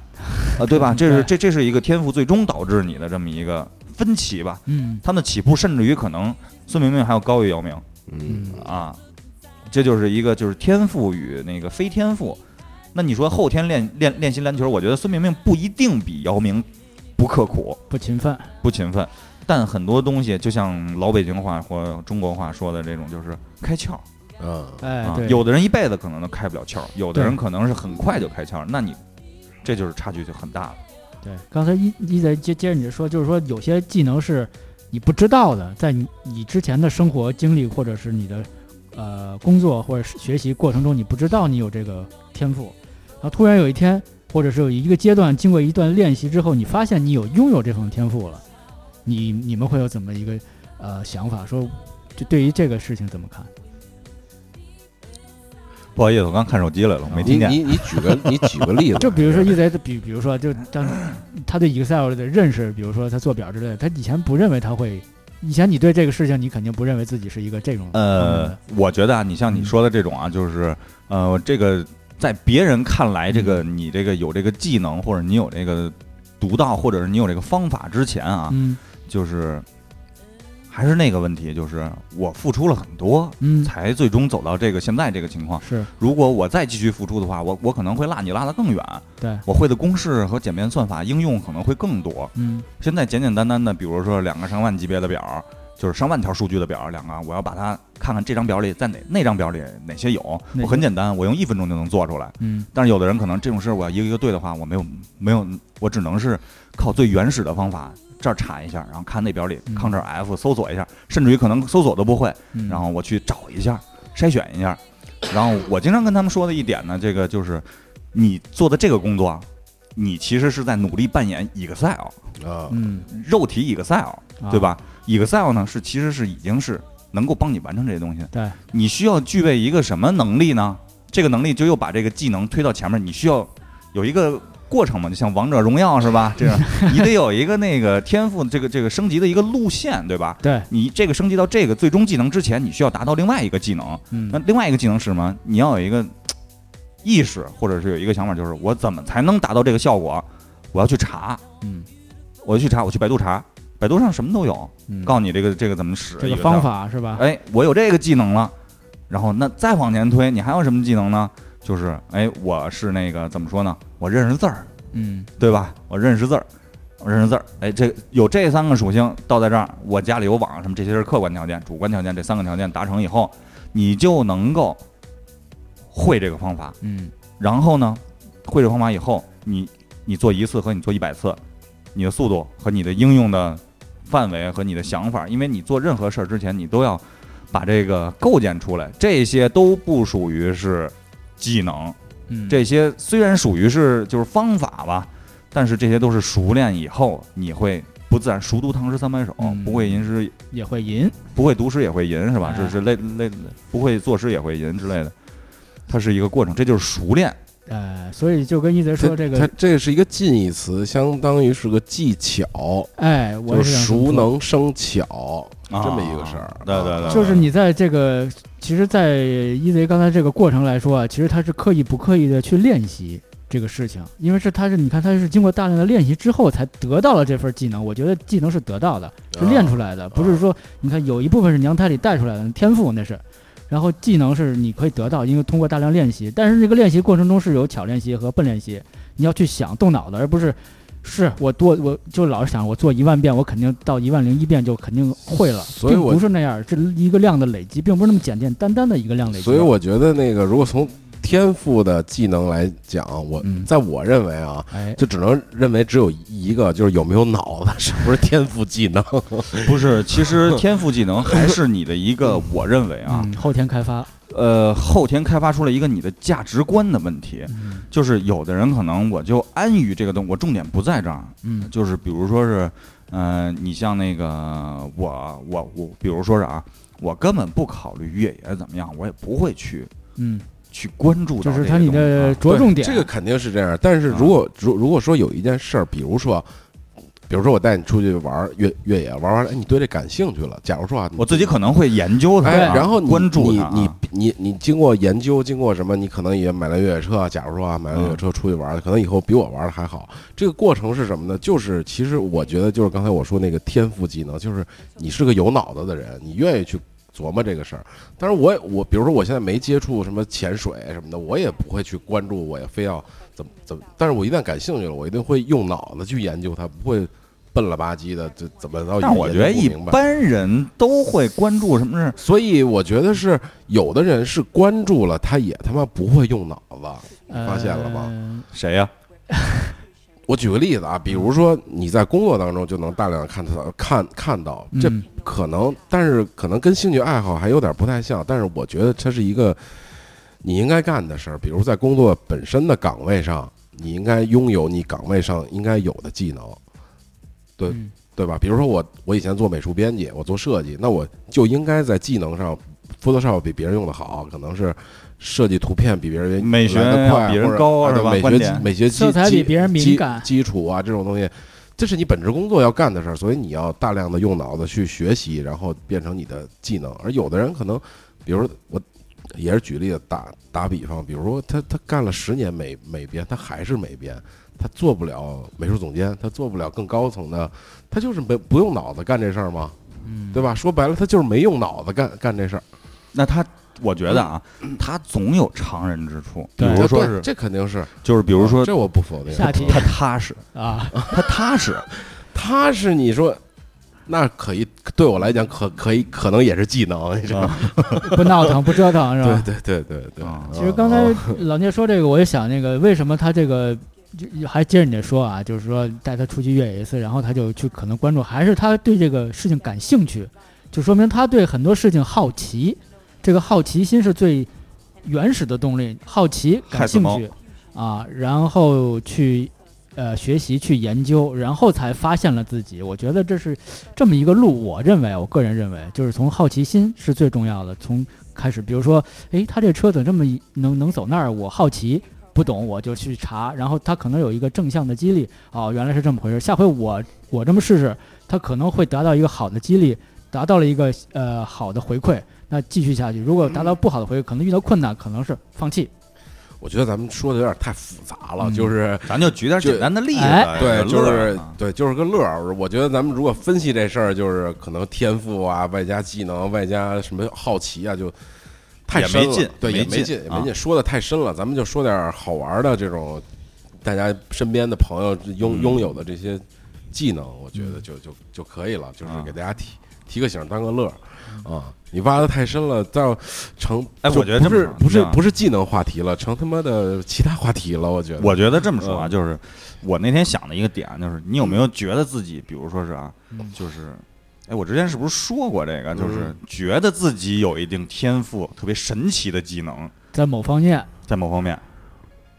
C: 对吧？这是这这是一个天赋最终导致你的这么一个分歧吧。
A: 嗯
C: 他们的起步甚至于可能孙明明还要高于姚明
I: 嗯，
A: 嗯
C: 啊，这就是一个就是天赋与那个非天赋。那你说后天练练练习篮球，我觉得孙明明不一定比姚明不刻苦。
A: 不勤奋，
C: 不勤奋，但很多东西就像老北京话或中国话说的这种，就是开窍
I: 啊，
A: 哎
C: 啊，
A: 对，
C: 有的人一辈子可能都开不了窍，有的
A: 对
C: 人可能是很快就开窍，那你这就是差距就很大了。
A: 对，刚才一一在接接着你说，就是说有些技能是你不知道的，在你你之前的生活经历或者是你的呃工作或者是学习过程中，你不知道你有这个天赋，然后突然有一天，或者是有一个阶段，经过一段练习之后，你发现你有拥有这种天赋了，你你们会有怎么一个呃想法？说就对于这个事情怎么看？
C: 不好意思，我刚看手机来了， 我没
I: 你
C: 听见。
I: 你你举个你举个例子，
A: 就比如说一贼，比比如说就像他对 Excel 的认识，比如说他做表之类的，他以前不认为他会，以前你对这个事情你肯定不认为自己是一个这种方面
C: 呃
A: 的，
C: 我觉得啊，你像
A: 嗯
C: 你说的这种啊，就是呃，这个在别人看来，这
A: 嗯
C: 个你这个有这个技能，或者你有这个独到，或者是你有这个方法之前啊，
A: 嗯
C: 就是还是那个问题，就是我付出了很多，
A: 嗯
C: 才最终走到这个现在这个情况。
A: 是
C: 如果我再继续付出的话，我我可能会落你落得更远。
A: 对
C: 我会的公式和简便算法应用可能会更多。
A: 嗯
C: 现在简简单单的，比如说两个上万级别的表，就是上万条数据的表，两个我要把它看看这张表里在哪那张表里哪些有，
A: 哪
C: 我很简单，我用一分钟就能做出来。
A: 嗯
C: 但是有的人可能这种事儿我要一个一个对的话，我没有没有，我只能是靠最原始的方法，这儿查一下，然后看那表里
A: 嗯
C: Ctrl F 搜索一下，甚至于可能搜索都不会，
A: 嗯，
C: 然后我去找一下，筛选一下。然后我经常跟他们说的一点呢，这个就是你做的这个工作，啊你其实是在努力扮演 Excel
I: 啊，
A: 嗯
C: 哦肉体 Excel，
A: 啊
C: 哦对吧、e x c e l 呢是其实是已经是能够帮你完成这些东西。
A: 对，
C: 你需要具备一个什么能力呢？这个能力就又把这个技能推到前面，你需要有一个过程嘛，就像王者荣耀是吧？ 这样你得有一个那个天赋，这个这个升级的一个路线，对吧？
A: 对
C: 你这个升级到这个最终技能之前，你需要达到另外一个技能。那
A: 嗯
C: 另外一个技能是什么？你要有一个嘖意识，或者是有一个想法，就是我怎么才能达到这个效果？我要去查，
A: 嗯
C: 我去查，我去百度查，百度上什么都有，
A: 嗯
C: 告诉你这个这个怎么使
A: 这个
C: 一
A: 方
C: 道
A: 法是吧？
C: 哎，我有这个技能了，然后那再往前推，你还有什么技能呢？就是哎，我是那个怎么说呢？我认识字儿，
A: 嗯
C: 对吧？我认识字儿，我认识字儿。哎，这有这三个属性到在这儿，我家里有网什么，这些是客观条件、主观条件，这三个条件达成以后，你就能够会这个方法。
A: 嗯
C: 然后呢，会这方法以后，你你做一次和你做一百次，你的速度和你的应用的范围和你的想法，因为你做任何事儿之前，你都要把这个构建出来，这些都不属于是技能，
A: 嗯
C: 这些虽然属于是就是方法吧，但是这些都是熟练以后，你会不自然熟读唐诗三百首，
A: 嗯
C: 不会吟诗
A: 也会赢
C: 不会读诗也会吟是吧？
A: 哎
C: 这是类类不会作诗也会吟之类的，它是一个过程，这就是熟练。
A: 呃，所以就跟一贼说这个，
I: 它这是一个近义词，相当于是个技巧，
A: 哎，我
I: 就是是
A: 想这么说
I: 熟能生巧
C: 啊
I: 这么一个事儿。
C: 对对对
I: 啊
A: 就是你在这个，其实，在一贼刚才这个过程来说啊，其实他是刻意不刻意的去练习这个事情，因为是他是你看他是经过大量的练习之后才得到了这份技能。我觉得技能是得到
I: 啊
A: 的，是练出来的，不是说你看有一部分是娘胎里带出来的天赋那是，然后技能是你可以得到，因为通过大量练习。但是这个练习过程中是有巧练习和笨练习，你要去想动脑子，而不是。是我多我就老是想我做一万遍，我肯定到一万零一遍就肯定会了，
I: 所以我
A: 并不是那样，这一个量的累积，并不是那么简简单单的一个量累积。
I: 所以我觉得那个，如果从天赋的技能来讲，我
A: 嗯
I: 在我认为啊，
A: 哎，
I: 就只能认为只有一个，就是有没有脑子， 是不是天赋技 能？
C: 不是，其实天赋技能还是你的一 个，我认为啊，
A: 嗯，后天开发，
C: 呃，后天开发出了一个你的价值观的问题，
A: 嗯
C: 就是有的人可能我就安于这个东，我重点不在这儿，
A: 嗯
C: 就是比如说是，呃，你像那个我我我，比如说是啊，我根本不考虑越野怎么样，我也不会去
A: 嗯，
C: 去关注
A: 就
C: 到
A: 是
C: 这
A: 他
C: 个
A: 你
C: 东西
A: 的
C: 啊
A: 着重点，啊
I: 对这个肯定是这样。但是如果如如果说有一件事儿，比如说比如说我带你出去玩儿越越野，玩儿完了，哎，你对这感兴趣了。假如说啊，你
C: 我自己可能会研究它啊，
I: 哎，然后你
C: 关注
I: 你
C: 它啊
I: 你你你经过研究，经过什么，你可能也买了越野车啊。假如说啊，买了越野
C: 嗯
I: 车出去玩儿，可能以后比我玩的还好。这个过程是什么呢？就是其实我觉得就是刚才我说那个天赋技能，就是你是个有脑子的人，你愿意去。琢磨这个事儿，但是我也我比如说我现在没接触什么潜水什么的，我也不会去关注，我也非要怎么怎么，但是我一旦感兴趣了，我一定会用脑子去研究它，不会笨了吧唧的这怎么着。
C: 但我觉得
I: 研
C: 一
I: 究不明白
C: 般人都会关注什么事儿，
I: 所以我觉得是有的人是关注了，他也他妈不会用脑子。
A: 呃
I: 发现了吗
A: 吗？
C: 谁呀、
I: 我举个例子啊，比如说你在工作当中就能大量地看到看看到，这
A: 嗯
I: 可能，但是可能跟兴趣爱好还有点不太像，但是我觉得它是一个你应该干的事儿，比如在工作本身的岗位上，你应该拥有你岗位上应该有的技能。对
A: 嗯
I: 对吧？比如说我，我以前做美术编辑，我做设计，那我就应该在技能上，Photoshop 比别人用的好，可能是设计图片比别人
C: 美学
I: 来得快，
C: 比人
I: 或者
C: 高
I: 啊对
C: 是吧
I: 美
C: 观
I: 学
C: 点
I: 基美学基
A: 色彩比
I: 基
A: 别人敏
I: 基
A: 感
I: 基础啊，这种东西，这是你本职工作要干的事儿，所以你要大量的用脑子去学习，然后变成你的技能。而有的人可能，比如说我也是举例子打打比方，比如说他他干了十年美美编，他还是美编，他做不了美术总监，他做不了更高层的，他就是没不用脑子干这事儿吗？
A: 嗯，
I: 对吧？说白了，他就是没用脑子干干这事儿。
C: 那他，我觉得啊，他总有常人之处。比
A: 对
C: 如说
I: 哎对
C: 是，
I: 这肯定是，
C: 就是比如说
I: 这我哎不否定。
A: 下题
C: 他踏实，
A: 啊，
C: 他踏实，
I: 他是你说，那可以对我来讲可可以可能也是技能，你知道吗？
A: 不闹腾不折啊腾是吧？
I: 对对对对对
C: 啊。
A: 其实刚才老聂说这个，我就想那个为什么他这个就还接着你说啊，就是说带他出去越野一次，然后他就去可能关注，还是他对这个事情感兴趣，就说明他对很多事情好奇，这个好奇心是最原始的动力，好奇、
C: 害
A: 感
C: 死
A: 兴
C: 猫
A: 趣啊，然后去呃学习、去研究，然后才发现了自己。我觉得这是这么一个路，我认为，我个人认为，就是从好奇心是最重要的，从开始，比如说，诶，他这车怎么这么一能能走那儿？我好奇。不懂我就去查，然后他可能有一个正向的激励，哦，原来是这么回事。下回我我这么试试，他可能会达到一个好的激励，达到了一个呃好的回馈，那继续下去。如果达到不好的回馈，可能遇到困难，可能是放弃。
I: 我觉得咱们说的有点太复杂了，
A: 嗯
I: 就是
C: 咱就举点
I: 就
C: 简单的例子
A: 哎，
I: 对，就
C: 乐
I: 是
C: 啊
I: 对，就是个乐儿。我觉得咱们如果分析这事儿，就是可能天赋啊，外加技能，外加什么好奇啊，就太
C: 也
I: 深
C: 没
I: 了
C: 劲。
I: 对，
C: 没
I: 也没
C: 劲
I: 劲，也
C: 啊
I: 没劲，说的太深了。咱们就说点儿好玩儿的这种，大家身边的朋友拥
C: 嗯
I: 拥有的这些技能，我觉得就就就可以了，就是
C: 啊
I: 给大家提提个醒，当个乐儿啊。你挖的太深了，到成
C: 哎
I: 就
C: 我觉得
I: 不
C: 这么
I: 是
C: 说
I: 不
C: 这
I: 是
C: 样
I: 不是技能话题了，成他妈的其他话题了。我觉得
C: 我觉得这么说啊，
I: 嗯
C: 就是我那天想的一个点，就是你有没有觉得自己，比如说是啊，
I: 嗯
C: 就是，哎，我之前是不是说过这个？就是觉得自己有一定天赋，特别神奇的技能，
A: 在某方面，
C: 在某方面，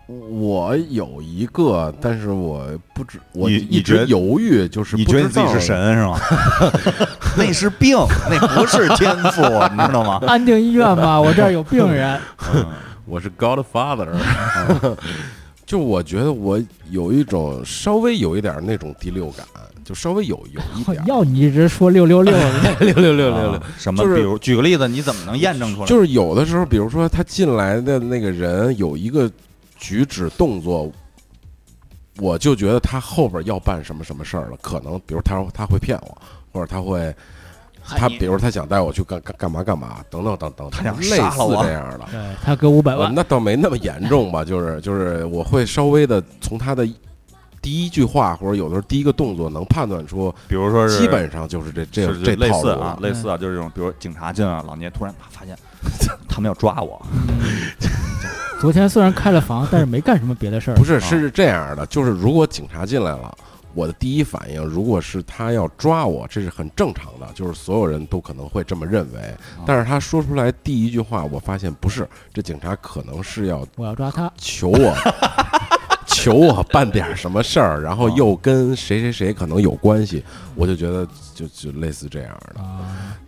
I: 我有一个，但是我不知我
C: 你
I: 一
C: 你觉
I: 直
C: 得
I: 犹豫，就是
C: 你
I: 不
C: 觉得你
I: 知
C: 自己
I: 道
C: 是神 是吗？那是病，那不是天赋，你知 道吗？
A: 安定医院吧，我这儿有病人。，
C: 嗯
I: 我是 Godfather，就我觉得我有一种稍微有一点那种第六感，就稍微有有一点
A: 要你一直说六六六，
I: 哦六六六
C: 啊什么？
I: 就是
C: 比如举个例子，你怎么能验证出来？
I: 就是有的时候，比如说他进来的那个人有一个举止动作，我就觉得他后边要办什么什么事儿了，可能比如他他会骗我，或者他会。 他比如他想带我去干干干嘛干嘛，等等等等，
C: 他想
I: 类
C: 杀
I: 似
C: 了我
I: 这 样的。
A: 对他给五百
I: 呃
A: 万，
I: 那倒没那么严重吧，就是就是我会稍微的从他的第一句话或者有的时候第一个动作能判断出，
C: 比如说是
I: 基本上就是这这
C: 是就
I: 这
C: 类
I: 套
C: 似
I: 路嗯
C: 啊，。类似啊，就是这种，比如警察进来，老聂突然啪发现他们要抓我，
A: 昨天虽然开了房，但是没干什么别的事儿
I: 不。是，
C: 啊
I: 是这样的，就是如果警察进来了，我的第一反应如果是他要抓我，这是很正常的，就是所有人都可能会这么认为。
C: 啊
I: 但是他说出来第一句话，我发现不是，这警察可能是要
A: 我要抓他，
I: 求我求我办点什么事儿，然后又跟谁谁谁可能有关系，我就觉得就就类似这样的，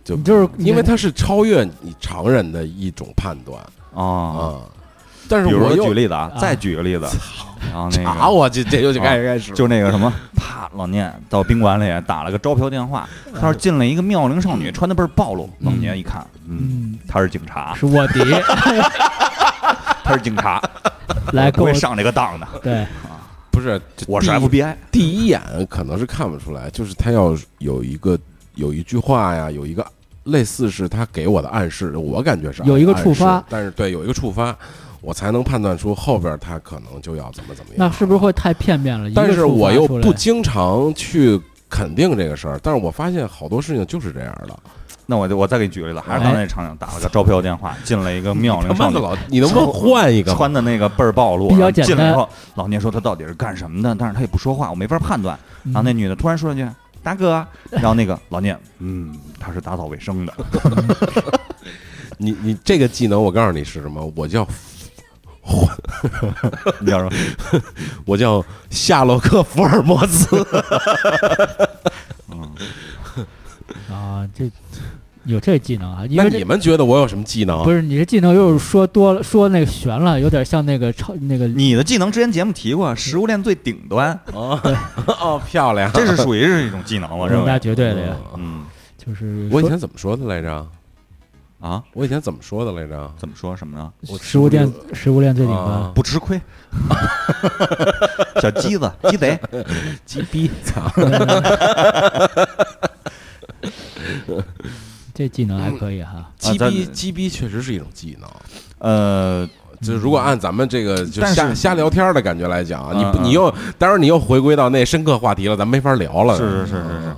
I: 就
A: 你就是
I: 因为它是超越你常人的一种判断
C: 啊。
I: 啊。但是
C: 比如
I: 我
C: 说
I: 又
C: 举例子啊
A: 啊，
C: 再举个例子，然后那个
I: 查我这这就开始开始，
C: 就那个什么，啪，老聂到宾馆里打了个招嫖电话，
I: 嗯
C: 他说进来一个妙龄少女，穿的倍儿暴露。老聂一看，嗯，
A: 嗯，
C: 他是警察，
A: 是 卧底，
C: 他是警察，
I: 哎
A: 来
C: 不
A: 跟
C: 会
A: 我
C: 上这个当的。
A: 对，
I: 不是
C: 我是
I: 第一
C: FBI，
I: 第一眼可能是看不出来，就是他要有一个有一句话呀，有一个类似是他给我的暗示，我感觉是
A: 有一个
I: 暗
A: 触发
I: 暗示但是对有一个触发，我才能判断出后边他可能就要怎么怎么样。
A: 那是不是会太片面了？一个
I: 但是
A: 触发
I: 我又
A: 出来
I: 不经常去肯定这个事儿，但是我发现好多事情就是这样的。
C: 那我就我再给你举个例子，还是刚才那
I: 哎
C: 场景，打了个招嫖电话，进来一个妙龄少女，
I: 老，你能不能换一个吗？
C: 穿的那个倍儿暴露，
A: 比较
C: 然后
A: 简
C: 进来以
A: 单
C: 后，老聂说他到底是干什么的，但是他也不说话，我没法判断。
I: 嗯
C: 然后那女的突然说了一句：“大 哥。”啊然后那个老聂，嗯，他是打扫卫生的，
I: 你你这个技能，我告诉你是什么？我叫
C: 你知道吗？
I: 我叫夏洛克福尔摩斯。
A: 啊，这有这技能啊，因
I: 那
A: 为
I: 你
A: 这
I: 们觉得我有什么技能？
A: 不是你这技能又是说多了，说那个悬了，有点像那个超那个
C: 你的技能之前节目提过，食物链最顶 端，
I: 哦哦，漂亮！
C: 这是属于是一种技能，我认
A: 人家
C: 为。
A: 绝对的呀，
C: 嗯
A: 就是
I: 我以
A: 说
I: 前怎么说的来着？
C: 啊，
I: 我以前怎么说的来着？
C: 怎么说什么呢？
I: 我
A: 食物链食物链最顶端
I: 啊，，
C: 不吃亏， 小鸡子鸡贼，
I: 鸡逼！操！
A: 这技能还可以哈。
I: 鸡
C: 咱
I: 逼鸡逼确实是一种技能。
C: 呃，
I: 就是如果按咱们这个就
C: 但是
I: 瞎瞎聊天的感觉来讲啊，你不
C: 嗯嗯
I: 你又当然你又回归到那深刻话题了，咱没法聊了。嗯
C: 是是是是是，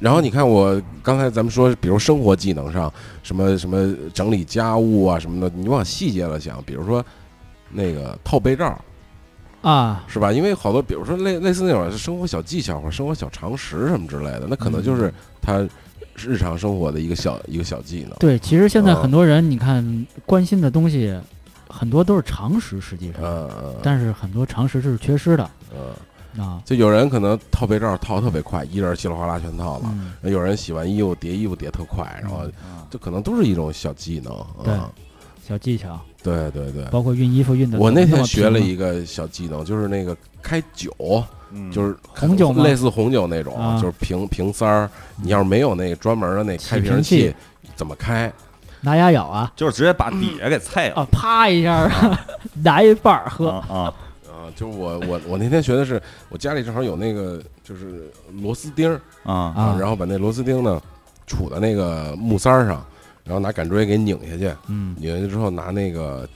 I: 然后你看，我刚才咱们说，比如生活技能上，什么什么整理家务啊什么的，你往细节了想，比如说那个套被罩，
A: 啊，
I: 是吧？因为好多，比如说类类似那种生活小技巧或者生活小常识什么之类的，那可能就是
A: 嗯
I: 他日常生活的一个小一个小技能。
A: 对，其实现在
I: 嗯
A: 很多人你看关心的东西，很多都是常识，实际上，
I: 嗯嗯
A: 但是很多常识是缺失的
I: 嗯，
A: 啊。
I: 就有人可能套被罩套得特别快，一人稀里哗啦全套了；
A: 嗯，
I: 有人洗完衣服叠衣服叠特快，然后这可能都是一种小技能。嗯
A: 小技巧，
I: 对对对。
A: 包括熨衣服熨的。
I: 我那天学了一个小技能，就是那个开酒，
C: 嗯
I: 就是
A: 红酒吗
I: 类似红酒那种，
A: 啊
I: 就是瓶瓶塞儿。你要是没有那个专门的那开瓶
A: 起瓶
I: 器，怎么开？
A: 拿牙咬啊
C: 就是直接把底下给菜了
A: 啊，啪一下，拿一半儿喝。
C: 啊啊！
I: 啊，就是我我我那天学的是，我家里正好有那个就是螺丝钉儿
C: 啊
A: 啊
I: 然后把那螺丝钉呢杵在那个木塞儿上，然后拿杆锥给拧下去，
A: 嗯
I: 拧下去之后拿那个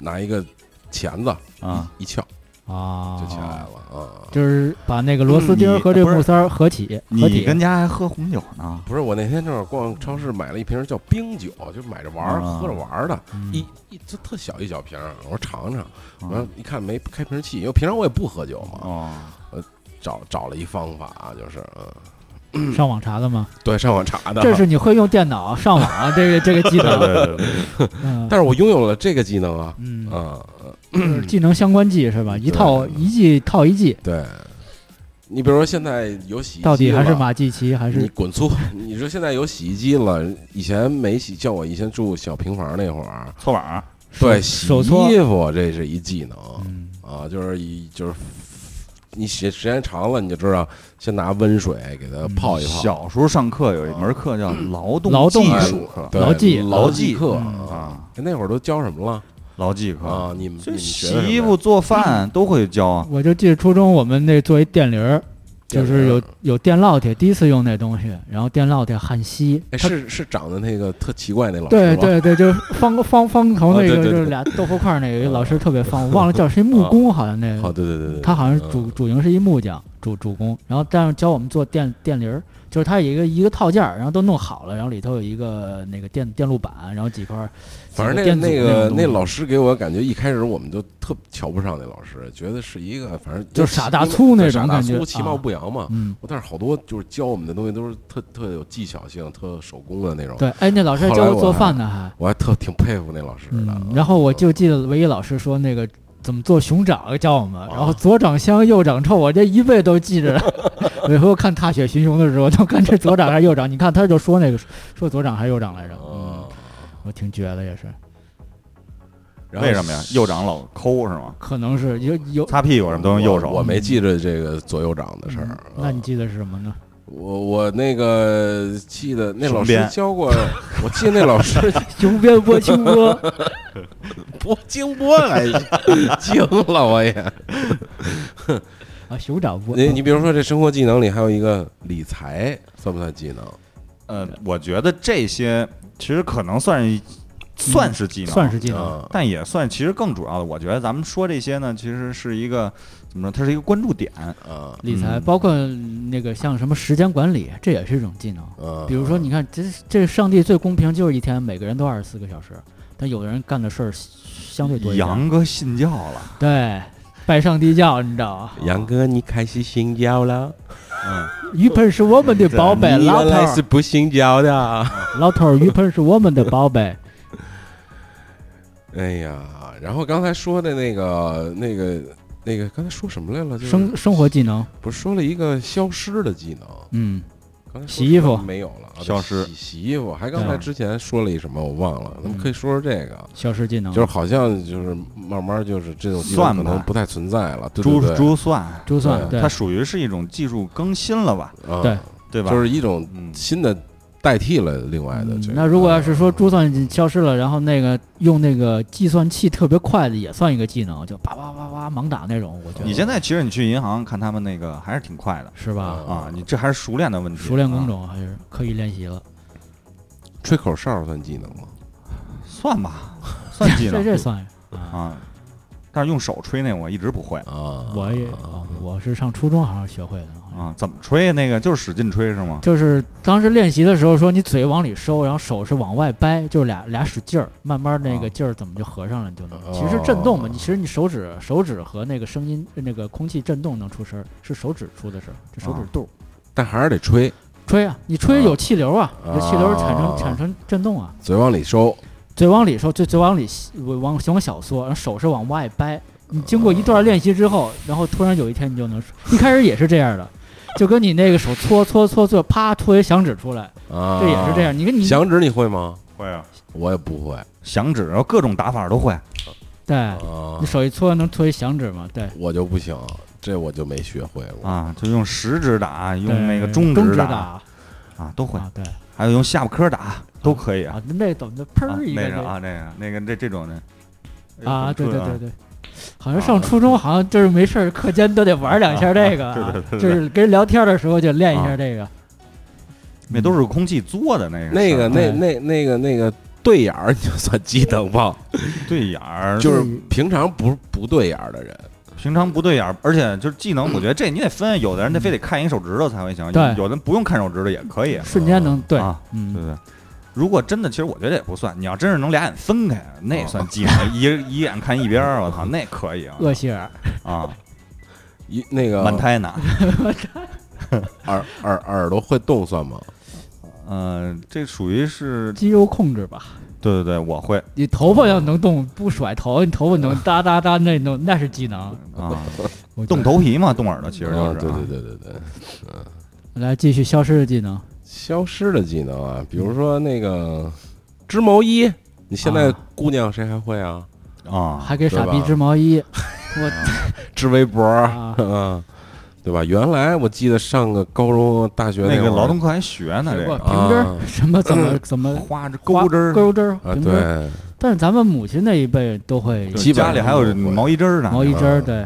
I: 拿一个钳子
C: 啊！
I: 一撬
A: 啊，
I: 就起来了啊。
A: 就是把那个螺丝
C: 嗯
A: 钉儿和这个木塞儿合起，合
C: 你
A: 体。
C: 跟家还喝红酒呢？
I: 不是，我那天正好逛超市买了一瓶叫冰酒，就买着玩儿、
C: 啊
I: 喝着玩儿的，
A: 嗯
I: 一一这特小一小瓶儿，我说尝尝，
C: 啊
I: 完了一看没开瓶器，因为平常我也不喝酒嘛，
C: 哦，
I: 找找了一方法，就是嗯，
A: 上网查的吗？
I: 对，上网查的，
A: 这是你会用电脑上网啊这个这个技能。
C: 对对对，
A: 嗯
I: 但是我拥有了这个技能啊，
A: 嗯，
I: 嗯，
A: 就是技能相关技是吧？一
I: 对
A: 套一技套一技，
I: 对，你比如说现在有洗衣机了，
A: 到底还是马季奇还
I: 你
A: 是
I: 滚粗！ 你说现在有洗衣机了，以前没洗，像我以前住小平房那会儿，
C: 搓碗儿
I: 对，洗
A: 手搓
I: 衣服这是一技能，
A: 嗯
I: 啊，就是一就是你洗时间长了，你就知道先拿温水给它泡一
A: 嗯
I: 泡，
C: 小时候上课有一门课叫劳动
A: 劳动
C: 技
A: 哎
C: 术课
I: 对
A: 牢记
I: 牢记课
A: 嗯
I: 啊。那会儿都教什么了
C: 劳技课，
I: 啊？你们你
C: 这
I: 们学的
C: 洗衣
I: 什么
C: 服、做饭都会教啊。
A: 我就记得初中我们那做一电驴儿，
I: 电
A: 就
I: 驴儿
A: 是有有电烙铁，第一次用那东西，然后电烙铁焊锡，
I: 哎
A: 它
I: 是是长得那个特奇怪那老师
A: 对
I: 吗？
A: 对对，就是方方方头那
I: 啊对
A: 个，
I: 对对啊
A: 就是俩豆腐块儿那个，老师特别方，我忘了叫谁木工，好像那
I: 哦
A: 个，
I: 对对对对，
A: 他好像
I: 嗯
A: 主主营是一木匠，主主工，然后但是教我们做电电驴儿，就是它有一个一个套件儿，然后都弄好了，然后里头有一个那个电电路板，然后几块儿，
I: 反正
A: 几
I: 那
A: 电阻
I: 那
A: 种
I: 个
A: 东
I: 那
A: 西
I: 老师给我感觉，一开始我们就特瞧不上那老师，觉得是一个反正
A: 就是傻大
I: 其
A: 粗那
I: 对
A: 种
I: 傻大
A: 感觉
I: 粗其
A: 啊
I: 貌不扬嘛。
A: 嗯，
I: 但是好多就是教我们的东西都是特特有技巧性、特手工的那种。
A: 对，哎，那老师还
I: 后
A: 教
I: 来
A: 我
I: 我
A: 做
I: 还
A: 饭呢还，
I: 我还特挺佩服那老师的啊
A: 嗯，。然后我就记得唯一老师说那个。怎么做熊掌教我们，然后左掌香右掌臭，我这一辈子都记着。每回我看《踏雪寻熊》的时候，都看这左掌还是右掌。你看他就说那个说左掌还是右掌来着，嗯
I: 哦，
A: 我挺绝的也是。
I: 然后
C: 为什么呀？右掌老抠是吗？
A: 可能是有有
C: 擦屁股什么都用右手，
I: 我我没记着这个左右掌的事儿。啊
A: 那你记得是什么呢？
I: 我我那个记得那老
C: 手
I: 师
C: 边
I: 教过，我记得那 老师
A: 雄边波清波，
I: 波经波
C: 啊
I: 还 惊了我也。
A: 啊，熊掌波。
I: 你你比如说这生活技能里还有一个理财，算不算技能？
C: 呃，我觉得这些其实可能算是算是技能，
A: 嗯算是技能，
I: 啊，
C: 但也算其实更主要的。我觉得咱们说这些呢，其实是一个怎么说？它是一个关注点。
I: 啊
A: 理财包括那个像什么时间管理，这也是一种技能。
I: 啊！
A: 比如说，你看，这这上帝最公平就是一天，每个人都二十四个小时，但有的人干的事儿相对多一点。
C: 杨哥信教了，
A: 对，拜上帝教，你知道吗？
J: 杨哥，你开始信教了？
A: 鱼盆是我们的宝贝，
J: 你
A: 老
J: 原
A: 头
J: 来是
A: 儿，
J: 不信教的啊。
A: 老头儿，鱼盆是我们的宝贝。
I: 哎呀，然后刚才说的那个那个那个，刚才说什么来了？就是
A: 生生活技能，
I: 不是说了一个消失的技能？
A: 嗯，
I: 刚才说
A: 洗衣服嗯
I: 什么没有了，啊对
C: 消失
I: 洗洗衣服，还刚才
A: 对
I: 之前说了一什么我忘了，咱们
A: 嗯
I: 可以说说这个。
A: 消失技能，
I: 就是好像就是慢慢就是这种技能
C: 算
I: 可
C: 吧
I: 能不太存在了，对
C: 珠
I: 对对
C: 珠算，
A: 珠算，对
C: 它，属于是一种技术更新了吧？
I: 啊
A: 对
C: 对吧？
I: 就是一种
C: 嗯，
I: 新的代替了另外的
A: 嗯
I: 这个。
A: 那如果要是说珠算消失了，然后那个用那个计算器特别快的也算一个技能，就叭叭叭叭猛打那种，我觉得
C: 你现在其实你去银行看他们那个还是挺快的
A: 是吧？
C: 啊，你这还是熟练的问题，
A: 熟练工
C: 啊
A: 种还是刻意练习了，
I: 吹口哨算技能吗？
C: 啊 算吧，算技
A: 这
C: 能
A: 这算啊？
C: 啊。但是用手吹那我一直不会
I: 啊，
A: 我也啊我是上初中好像学会的，好像
C: 啊，怎么吹那个就是使劲吹是吗？
A: 就是当时练习的时候说你嘴往里收，然后手是往外掰，就是俩俩使劲儿，慢慢那个
C: 哦
A: 劲儿怎么就合上了，你就能。
I: 哦
A: 其实震动嘛，你其实你手指手指和那个声音那个空气震动能出声儿，是手指出的声儿，这手指
C: 哦
A: 肚儿。
I: 但还是得吹，
A: 吹啊，你吹有气流啊，
I: 哦
A: 有气流产
I: 哦
A: 生产生震动啊。
I: 嘴往里收，
A: 嘴往里收，就嘴往里吸往往小缩，然后手是往外掰。你经过一段练习之后，然后突然有一天你就能说，一开始也是这样的，就跟你那个手搓搓搓搓，啪搓一响指出来，
I: 啊，
A: 这也是这。样。你跟你
I: 响指你会吗？
C: 会啊，
I: 我也不会
C: 响指，然后各种打法都会。
A: 对，
I: 啊
A: 你，手一搓能搓一响指嘛？对，
I: 我就不行，这我就没学会过。
C: 啊，就用食指打，用
A: 对
C: 那个
A: 中
C: 指
A: 打
C: 打啊，都会，
A: 啊，对
C: 还有用下巴颏打都可以
A: 啊，
C: 啊。
A: 那怎么就砰
C: 啊
A: 儿一
C: 那
A: 个
C: 个啊，那个那个这这种的
A: 这啊？对对对
C: 对
A: 对。好像上初中，好像就是没事儿课间都得玩两下这个啊
C: 啊对对，对对
A: 就是跟人聊天的时候就练一下
C: 啊
A: 这个。
C: 那都是空气做的那个
I: 那个
C: 事
I: 那
A: 对
I: 那那个那个对眼儿，你就算技能吧？
C: 儿对眼
A: 嗯
C: 儿，
I: 就是平常不不对眼儿的人，
C: 平常不对眼儿，而且就是技能，我觉得这你得分，有的人得
I: 嗯
C: 非得看一手指头才会行，
A: 对
C: 有的人不用看手指头也可以，
A: 瞬间能对，
C: 啊，对
A: 嗯，
C: 对。如果真的，其实我觉得也不算。你要真是能俩眼分开，那也
I: 哦
C: 算技能，一一眼看一边儿，我操，那可以啊
A: 厄希尔，
C: 啊！
I: 一那个
C: 满胎呢，
I: 耳耳耳朵会动算吗？
C: 嗯，这属于是，
A: 肌肉控制吧。
C: 对对对，我会
A: 你头发要能动，不甩头，你头发能哒哒哒，那能那是技能。
C: 啊，
A: 我觉
C: 动
A: 得。
C: 头皮嘛，动耳朵其实就是、
I: 啊，对对对对对，
A: 来继续消失的技能，
I: 消失的技能啊，比如说那个织毛衣，你现在
A: 啊
I: 姑娘谁还会啊？
C: 啊，
A: 还给傻
I: 对
A: 逼
I: 吧
A: 织毛 衣，我
I: 织围脖儿，
A: 啊
I: 嗯，对吧？原来我记得上个高中、大学
C: 那
I: 会
C: 个
I: 儿
C: 劳动课还学呢，这
A: 我
C: 个
A: 平针
I: 啊
A: 儿什么怎 么怎么
C: 花这
A: 花
C: 钩针儿，
A: 钩针儿
I: 啊，
A: 平针儿。
I: 对，
A: 但是咱们母亲那一辈都会
C: 就是
I: 基本
C: 家里还有毛衣针儿呢，
A: 毛衣针
I: 啊
A: 儿，对，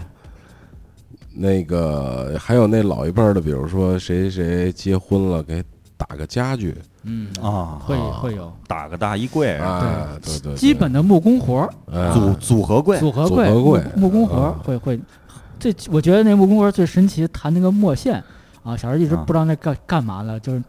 I: 那个还有那老一辈儿的，比如说谁谁结婚了，给打个家具
A: 嗯，
C: 啊，
A: 会
I: 啊
A: 会有
C: 打个大衣柜，
I: 啊，对对，对
A: 基本的木工活儿、
I: 哎
C: 组组合嗯柜，
A: 组合
I: 组
A: 柜、
I: 合
A: 木
I: 柜
A: 木工活儿
I: 啊
A: 会会。最我觉得那木工活儿最神奇，弹那个墨线啊，小时候一直
C: 啊
A: 不知道那干干嘛了，就是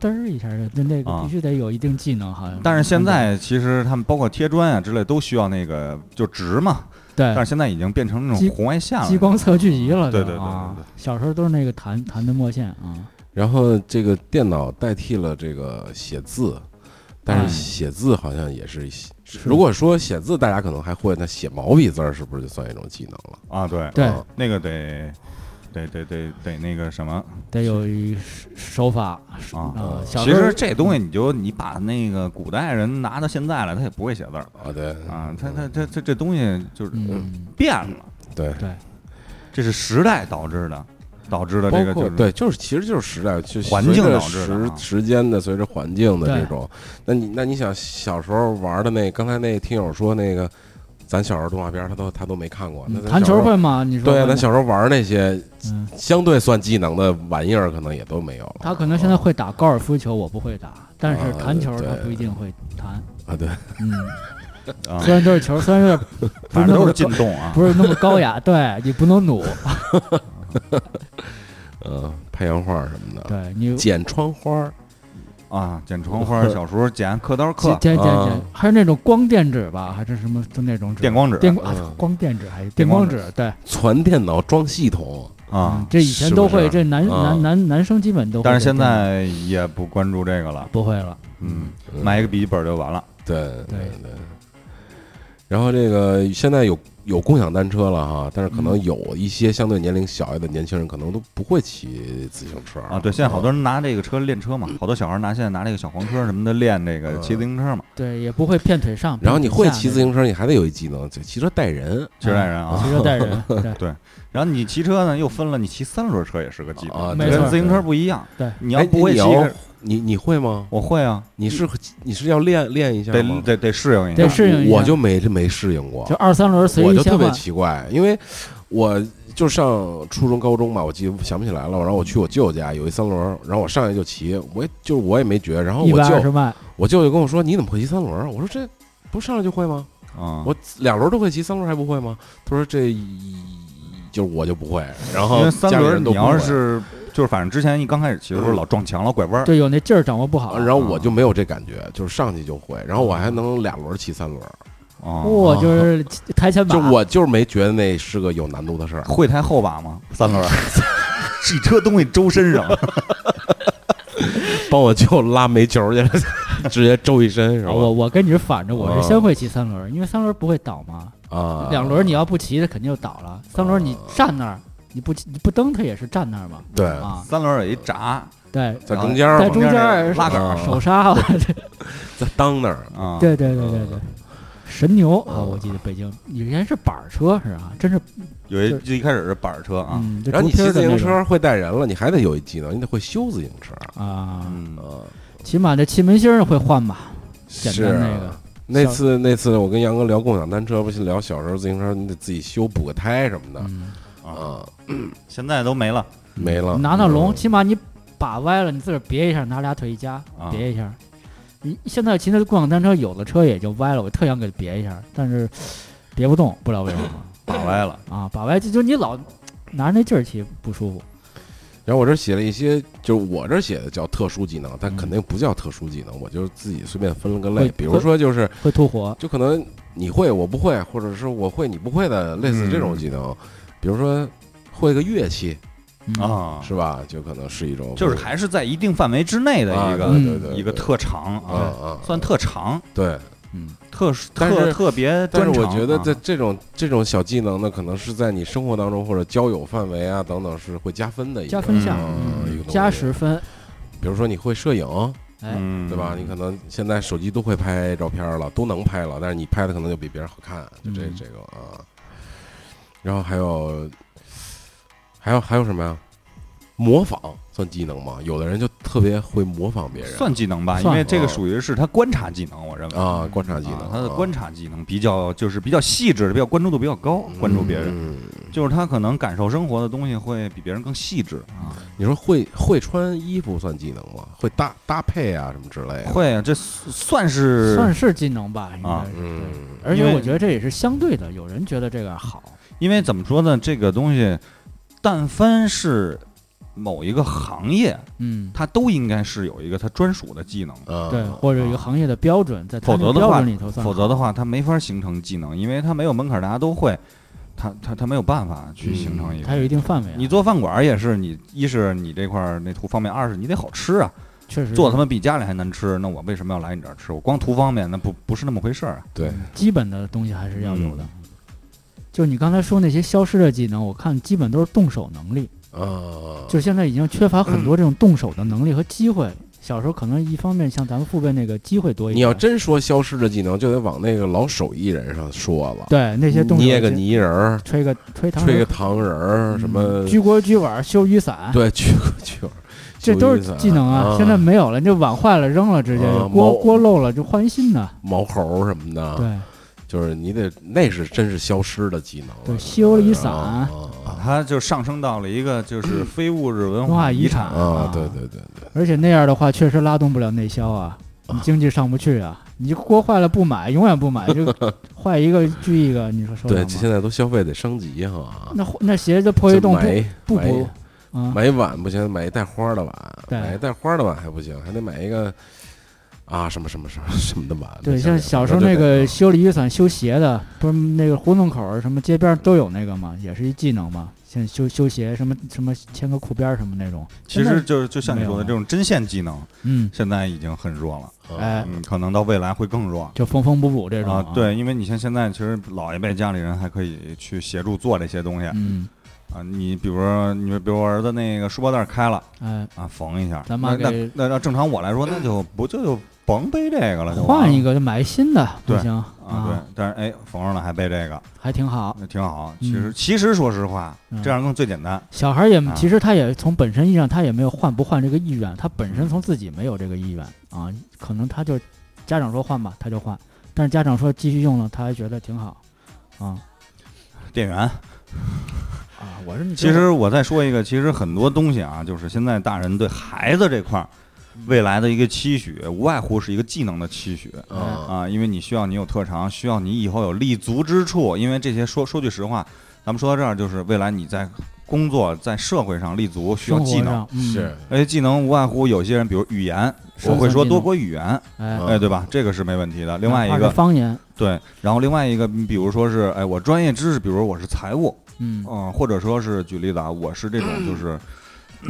A: 嘚儿一下，那那个
C: 啊
A: 必须得有一定技能，好像。
C: 但是现在其实他们包括贴砖啊之类都需要那个就直嘛，
A: 对
C: 但是现在已经变成那
A: 激
C: 种红外线了，
A: 激光测距仪了都，
C: 对对对对
A: 啊
C: 对对
A: 小时候都是那个弹弹的墨线啊，
I: 然后这个电脑代替了这个写字，但是写字好像也是一些。如果说写字大家可能还会，那写毛笔字儿是不是就算一种技能了？
C: 啊，对
A: 对
I: 啊
C: 那个得得得得得那个什么
A: 得有一手法
C: 啊。
A: 啊。小
C: 其
A: 时候
C: 实这东西，你就你把那个古代人拿到现在来，他也不会写字儿
I: 啊，对
C: 啊。他他他这这东西就是
A: 嗯，
C: 变了，
I: 对，
C: 这是时代导致的，导致的这
I: 包
C: 个就
I: 括
C: 是
I: 对，就是其实就是时代，就
C: 环境
I: 随着
C: 导致的
I: 时
C: 啊
I: 时间的，随着环境的
A: 对
I: 这种。那你那你想小时候玩的那，刚才那听友说那个，咱小时候动画片他都他都没看
C: 嗯
I: 过。那咱
A: 弹
I: 小时
A: 球
I: 候
A: 会吗？你说
I: 对，啊
C: 啊
A: 会
I: 咱
A: 吗
I: 小时候玩那些
A: 嗯
I: 相对算技能的玩意儿，可能也都没有了。
A: 他可能现在会打高尔夫球，我不会打，但是
I: 啊
A: 弹球
I: 对
A: 他不一定会弹。
I: 啊，对，
A: 嗯，
C: 啊
A: 虽然都是球，虽然有点不
C: 反
A: 是
C: 正
A: 那
C: 都是
A: 么
C: 进
A: 高，
C: 洞啊。
A: 不是那么高 雅，对你不能努，
I: 嗯，拍洋画什么的，
A: 对你
I: 剪窗花，
C: 啊，剪窗花，小时候剪刻刀刻
A: 剪剪剪
I: 啊
A: 剪，还有那种光电纸吧，还是什么就那种纸，
C: 电光纸
A: 电光啊
I: 嗯
A: 光电纸还是
C: 电
A: 电
C: 光
A: 光
C: 纸
A: 纸，对
I: 传电脑装系统，
C: 啊
A: 嗯，，这以前都
I: 啊是
A: 会，
I: 不是
A: 这男
I: 啊
A: 男男男生基本都会这
C: 但
A: 样，
C: 是现在也不关注这个了。
A: 不会了，
C: 嗯，
I: 嗯
C: 买一个笔记本就完了。
I: 对对对。然后这个现在有有共享单车了哈，但是可能有一些相对年龄小一点的年轻人，可能都不会骑自行车
C: 啊，对，现在好多人拿这个车练车嘛，好多小孩拿现在拿这个小黄车什么的练这个
I: 嗯
C: 骑自行车嘛，
A: 对也不会骗腿上。
I: 然后你会骑自
A: 行
I: 行车，你还得有一技能，就骑车带人嗯
C: 骑车带人
A: 嗯
C: 啊
A: 骑。车带 人，对
C: 然后你骑车呢，又分了，你骑三轮车也是个技能，
I: 啊。
A: 没
I: 对
A: 错
C: 跟自行车不一样。
A: 对
C: 你要
I: 哎
C: 不会骑
I: 你
C: 是，
I: 要你你会吗？
C: 我会啊，
I: 你
A: 嗯
I: 是你是要练练一下
C: 得
I: 吗？
C: 得得适应一
A: 得
C: 下。
A: 适应一下。
I: 我就没这没适应过
A: 就，二三轮随
I: 我
A: 意
I: 就
A: 切
I: 特别
A: 换，
I: 奇怪，因为我就上初中、高中吧，我记得想不起来了。然后我去我舅家有一三轮，然后我上去就骑，我也就我也没觉。然后
A: 一
I: 我
A: 百二十
I: 舅
A: 迈，
I: 我舅舅跟我说：“你怎么会骑三轮？”我说：“这不上来就会吗？
C: 啊，
I: 我两轮都会骑，三轮还不会吗？”他说：“这就是我就不会。”然
C: 因
I: 后
C: 为三
I: 家里
C: 轮
I: 人都
C: 你
I: 不
C: 要
I: 会。嗯
C: 是就是反正之前一刚开始骑的时候老撞墙老拐弯儿，
A: 对，有那劲儿掌握不好。啊
I: 然后我就没有这感觉，就是上去就会，然后我还能俩轮骑三轮，
C: 啊，
A: 哇，就是台前
I: 就
A: 板，
I: 我就是没觉得那是个有难度的事儿。
C: 会抬后把吗？三 轮儿，一车东西周身上，
J: 帮我舅拉煤球去了， 直接周一身是吧？
A: 我我跟你是反着，我
I: 啊
A: 是先会骑三轮，因为三轮不会倒嘛。
I: 啊，
A: 两轮你要不骑，它肯定就倒了。三轮你站那儿，你不骑你不蹬，它也是站那儿嘛。
I: 对
A: 啊，
C: 三轮儿有一闸
A: 对，
I: 在中间儿
A: 在
I: 嘛
A: 中间儿
C: 拉杆
I: 儿
A: 手刹，
I: 在裆那儿，
C: 啊，
A: 对对对对对，神牛啊！
I: 嗯
A: 我记得北京以前是板儿车是吧？真是
C: 有一就一开始是板儿车啊，
A: 嗯，就
I: 然后你
A: 竹
I: 骑
A: 片儿
I: 自
A: 的那
I: 行
A: 种
I: 车会带人了，你还得有一技能，你得会修自行车。
A: 啊，
C: 嗯
I: 呃，
A: 起码这气门芯儿会换吧？简
I: 是啊
A: 单那个。
I: 那次那次我跟杨哥聊共享单车，不是聊小时候自行车，你得自己修补个胎什么的
A: 嗯，
I: 啊，
C: 现在都没了
I: 没了。
A: 拿到笼，
I: 嗯
A: 起码你把歪了，你自个儿别一下，拿俩腿一夹
C: 啊，
A: 别一下。你现在骑那共享单车，有的车也就歪了，我特想给它别一下，但是别不动，不知道为什么
C: 打歪了，
A: 啊，把歪就就你老拿着那劲儿骑不舒服。
I: 然后我这写了一些，就是我这写的叫特殊技能，但肯定不叫特殊技能，我就自己随便分了个类
A: 会，
I: 比如说就是
A: 会吐火，
I: 就可能你会我不会，或者是我会你不会的，类似这种技能，比如说会个乐器
A: 嗯，
C: 啊，
I: 是吧？就可能是一种
C: 就是还是在一定范围之内的
I: 啊
C: 一
I: 对
C: 个
I: 对对
C: 一个
I: 对
C: 特长
I: 啊
C: 啊，
I: 啊，
C: 算特长，
I: 对。
C: 嗯，特殊
I: 但是
C: 特特别
I: 但
C: 专
I: 是
C: 长啊，
I: 我觉得在这种这种小技能呢，可能是在你生活当中或者交友范围啊等等是会加分的一个
A: 加分项，
I: 嗯
A: 嗯
I: 一个东西
A: 加十分，
I: 比如说你会摄影，
A: 哎，
C: 嗯，
I: 对吧？你可能现在手机都会拍照片了，都能拍了，但是你拍的可能就比别人好看，就这
A: 嗯
I: 这个啊。然后还有还有还有什么呀？模仿算技能吗？有的人就特别会模仿别人，
C: 算技能吧，因
A: 算
C: 为这个
I: 啊
C: 属于是他观察技能，我认为
I: 啊，观察技能
C: 啊，
I: 啊，
C: 他的观察技能比较就是比较细致，比较关注度比较高，关注别人，
I: 嗯
C: 就是他可能感受生活的东西会比别人更细致啊。
I: 你说会会穿衣服算技能吗？会搭搭配啊什么之类的？，
C: 会啊，这算是
A: 算是技能吧，应
C: 啊
A: 该是。对
I: 嗯，
A: 而
C: 因
A: 且
C: 为
A: 我觉得这也是相对的，有人觉得这个好，
C: 因为怎么说呢，这个东西，但凡是某一个行业，
A: 嗯，
C: 它都应该是有一个它专属的技能，
I: 啊
A: 对，或者有一个行业的标准，在它
C: 否
A: 那
C: 则
A: 个
C: 的
A: 标
C: 话
A: 准里头，算好，
C: 否则的话它没法形成技能，因为它没有门槛，大家都会，它它它没有办法去形成一个。
A: 嗯它有一定范围啊。
C: 你做饭馆儿也是，你一是你这块儿那图方便，二是你得好吃啊，
A: 确实
C: 做
A: 是
C: 他妈比家里还难吃，那我为什么要来你这儿吃？我光图方便，那不不是那么回事儿啊。
I: 对，
A: 基本的东西还
C: 嗯
A: 是要有的。就你刚才说那些消失的技能，我看基本都是动手能力，
I: 啊，
A: 就现在已经缺乏很
I: 嗯
A: 多这种动手的能力和机会。小时候可能一方面像咱们父辈那个机会多一点，
I: 你要真说消失的技能，就得往那个老手艺人上说了，
A: 对那些动手
I: 捏个
A: 就
I: 泥人儿，
A: 吹个吹糖
I: 吹
A: 水
I: 个糖人儿，什么
A: 嗯鞠锅、鞠碗、修雨伞，
I: 对， 去过去过，
A: 这都是技能啊。现在没有了，你就碗坏了扔了，直接就
I: 啊
A: 锅
I: 猫啊
A: 锅漏了就换一新的。
I: 毛猴什么的，
A: 对，
I: 就是你得那是真是消失的技能了，
A: 对修了一伞
I: 啊
C: 啊它就上升到了一个 就是非物质文
A: 文化遗
C: 遗
A: 产
I: 啊
C: 产。
I: 啊，对对对对，
A: 而且那样的话确实拉动不了内销啊，你经济上不去啊。你锅坏了不买，永远不买， 就坏一个锯一个，你说受得了
I: 对，
A: 吗
I: 现在都消费得升级哈，
A: 那那鞋子破一洞
I: 买
A: 不不
C: 哎
I: 买
A: 补啊，
I: 买碗不行，买一带花的碗，
A: 对
I: 买一带花的碗还不行，还得买一个啊什么什么什么什么的碗。
A: 对，
I: 没
A: 像
I: 想起来
A: 小时候那
I: 啊
C: 啊
A: 个修理雨伞、修鞋的，不是那个胡同口儿什么街边儿都有那个嘛，也是一技能嘛。像修修鞋什么什么牵个裤边儿什么那种，
C: 其
A: 现在
C: 实就是就像你说的，这种针线技能
A: 嗯，
C: 现在已经很弱了，
I: 啊
A: 哎，
C: 嗯，可能到未来会更弱。
A: 就缝缝补补这种、
C: 啊，，对，因为你像现在，其实老一辈家里人还可以去协助做这些东西
A: 嗯，
C: 啊。你比如说，你比如我儿子那个书包带开了
A: 哎，
C: 啊，缝一下。
A: 咱妈
C: 那
A: 给
C: 那那那正常我来说，那就不就就甭背这个了，就完
A: 换一
C: 了
A: 个就买一新的，不
C: 对
A: 行
C: 啊。对，但是哎，缝上了还背这个，
A: 还挺好。
C: 那挺好。
A: 嗯
C: 其实其实说实话
A: 嗯，
C: 这样更最简单。
A: 小孩儿也、
C: 啊
A: 其实他也从本身意义上他也没有换不换这个意愿，他本
C: 嗯
A: 身从自己没有这个意愿啊，可能他就家长说换吧，他就换，但是家长说继续用了，他还觉得挺好啊
C: 电源，
A: 啊！我说你
C: 其实我再说一个，其实很多东西啊，就是现在大人对孩子这块儿
A: 嗯
C: 未来的一个期许，无外乎是一个技能的期许。
I: 啊，
C: 啊，因为你需要你有特长，需要你以后有立足之处。因为这些说说句实话，咱们说到这儿，就是未来你在工作、在社会上立足需要
A: 生活
C: 技能，
A: 上、嗯、
I: 是
C: 而且技能无外乎有些人，比如语言，我会说多国语言，
A: 哎，
I: 嗯
C: 哎，对吧？这个是没问题的。另外一
A: 哪怕
C: 个
A: 是方言，
C: 对，然后另外一个，你比如说是，哎，我专业知识，比如我是财务，
A: 嗯
C: 嗯，或者说是举例子啊，我是这种就是，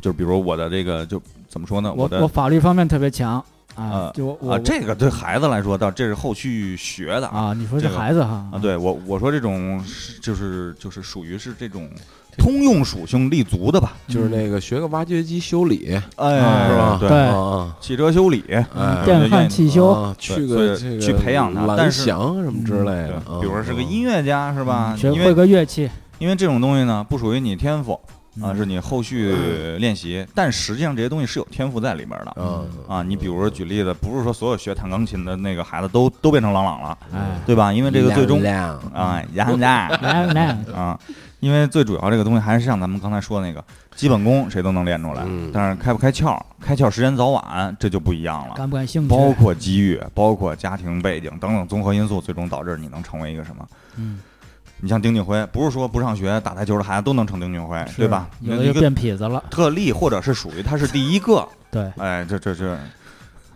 C: 就是比如我的这个就怎么说呢？
A: 我
C: 呃的
A: 法律方面特别强啊
C: 呃，
A: 就我我
C: 啊，这个对孩子来说，到这是后续学的
A: 啊，你说这
C: 这个
A: 孩子哈
C: 啊，，对我我说这种是就是就是属于是这种通用属性立足的吧，
I: 就是那个学个挖掘机修理
C: 哎
I: 是
A: 嗯
I: 吧？
A: 对
I: 啊，
C: 汽车修理，
I: 哎
A: 嗯电焊、汽修，
I: 啊
C: 对
I: 去个
C: 所
I: 这
C: 以
I: 个
C: 去培养他
I: 蓝
C: 但是嗯
I: 翔什么之类
C: 对
I: 的，啊
C: 比如说
A: 哦
C: 是个音乐家是吧？
A: 学嗯
C: 因
A: 会
C: 为
A: 个乐器
C: 因为这种东西呢，不属于你天赋啊，
A: 嗯
C: 是你后续练习，但实际上这些东西是有天赋在里面
A: 嗯
C: 的。
I: 啊
C: 啊，你比如说举例子，不是说所有学弹钢琴的那个孩子都都变成朗朗了，
A: 哎，
C: 对吧？因为这个最终
I: 亮
C: 啊，
A: 嗯
C: 杨家
A: 来 来，
C: 啊，因为最主要这个东西还是像咱们刚才说的那个基本功，谁都能练出来，
I: 嗯
C: 但是开不开窍，开窍时间早晚这就不一样了。
A: 感不感兴趣？
C: 包括机遇，包括家庭背景等等综合因素，最终导致你能成为一个什么？
A: 嗯，
C: 你像丁俊晖，不是说不上学打台球的孩子都能成丁俊晖，
A: 是
C: 对吧？
A: 有
C: 那
A: 的
C: 一
A: 就
C: 个
A: 变痞子了，
C: 特例，或者是属于他是第一 个，
A: 对，
C: 哎，这这这，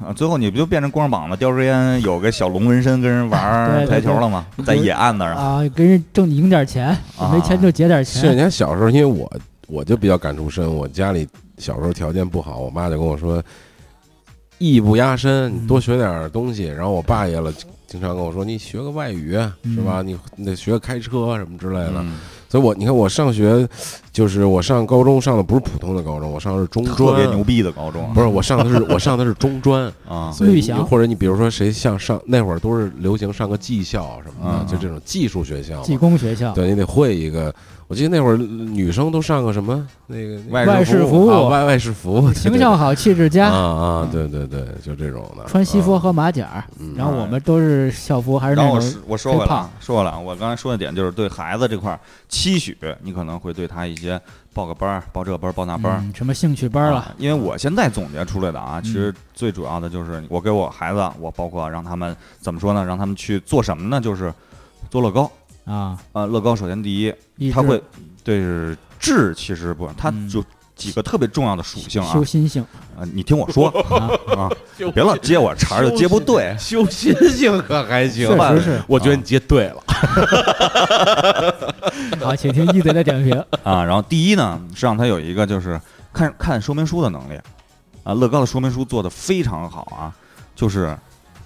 C: 啊，最后你不就变成光着膀子叼着烟，有个小龙纹身跟人玩
A: 对
C: 儿
A: 对
C: 台球了吗？
A: 对
C: 在野案子上，
A: 啊，给人挣赢点钱，
C: 啊
A: 没钱就节点
I: 是人
A: 钱，
I: 家小时候，因为我我就比较感触深，我家里小时候条件不好，我妈就跟我说“艺不压身”，你多学点东西。然后我爸也了，经常跟我说：“你学个外语是吧？你你得学个开车什么之类的。
C: 嗯
I: 所以我你看我上学，就是我上高中上的不是普通的高中，我上的是
A: 嗯
I: 中专，
C: 特别牛逼的高中
I: 不是我上的是我上的是中专。
C: 啊，
I: 所以
A: 绿
I: 你
A: 翔
I: 或者你比如说谁像上那会儿都是流行上个技校什么
J: 啊
I: 的，
C: 嗯
I: 就这种技术学校嘛，
A: 技工啊学校，
I: 对你得会一个。我记得那会儿女生都上个什么那个那
C: 外
I: 个
A: 外事服务
I: 啊外外事服 务，
A: 形象好，气质
I: 对对对
A: 佳，
I: 啊啊，对对对，就这种的。啊
A: 穿西服和马甲，
I: 嗯
A: 然后我们都是校服还是
C: 然
A: 那
C: 后我
A: 种
C: 说我说回来
A: 胖
C: 啊，说回来啊，我刚才说的点就是对孩子这块儿期许，你可能会对他一些报个班儿、报这班儿、报那班儿。
A: 嗯什么兴趣班
C: 啊
A: 了，
C: 因为我现在总结出来的啊，其实最主要的就是我给我孩子，我包括让他们怎么说呢？让他们去做什么呢？就是做乐高。
A: 啊，
C: 呃，乐高首先第一，
A: 益
C: 他
A: 智
C: 会对是智其实不，它
A: 嗯
C: 就几个特别重要的属性啊
A: 修。心性，
C: 啊，你听 我说啊，别老接我茬儿，就接不对。
J: 修心性可还行
A: 确
J: 吧
I: 啊
A: 实是
J: 我觉得你接对了，
A: 好，请听一贼的点评，
C: 啊，然后第一呢是让他有一个就是看看说明书的能力，啊，乐高的说明书做得非常好啊，就是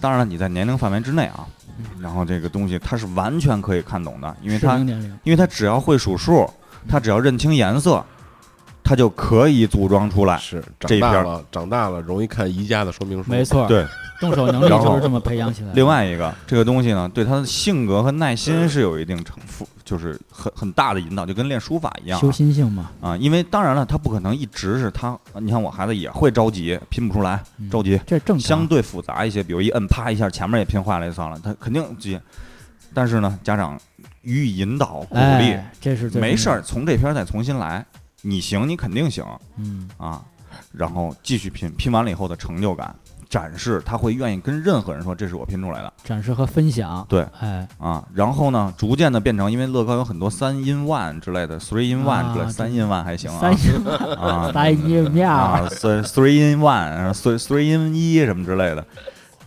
C: 当然了你在年龄范围之内啊， 然后这个东西它是完全可以看懂的，因为
A: 适
C: 它
A: 龄年龄，
C: 因为它只要会数数，它只要认清颜色，它就可以组装出来。
I: 是
C: 这
I: 长
C: 一
I: 大
C: 篇
I: 了，长大了容易看宜家的说明书，
A: 没错，
C: 对，
A: 动手能力
C: 然后
A: 就是这么培养起来的。
C: 另外一个，这个东西呢，对他的性格和耐心是有一定成负，就是很很大的引导，就跟练书法一样啊
A: 修心性嘛，
C: 啊。因为当然了，他不可能一直是他，你看我孩子也会着急，拼不出来，
A: 嗯
C: 着急，
A: 这正
C: 相
A: 常。
C: 对复杂一些，比如一摁啪一下，前面也拼坏了就算了，他肯定急。但是呢，家长予以引导鼓励，
A: 哎，这是最
C: 没事
A: 重要
C: 儿，从这篇再重新来，你行，你肯定行
A: 的。嗯，
C: 啊。然后继续拼，拼完了以后的成就感展示，他会愿意跟任何人说，这是我拼出来的。
A: 展示和分享。
C: 对
A: 哎，
C: 啊，然后呢，逐渐的变成，因为乐高有很多三 in one 之类的，three in one 之类
A: 啊
C: 的，三 in one 还行啊
A: 三星
C: 啊
A: 三星
C: 啊
A: 庙，
C: ，three three in one，three three in 一什么之类的，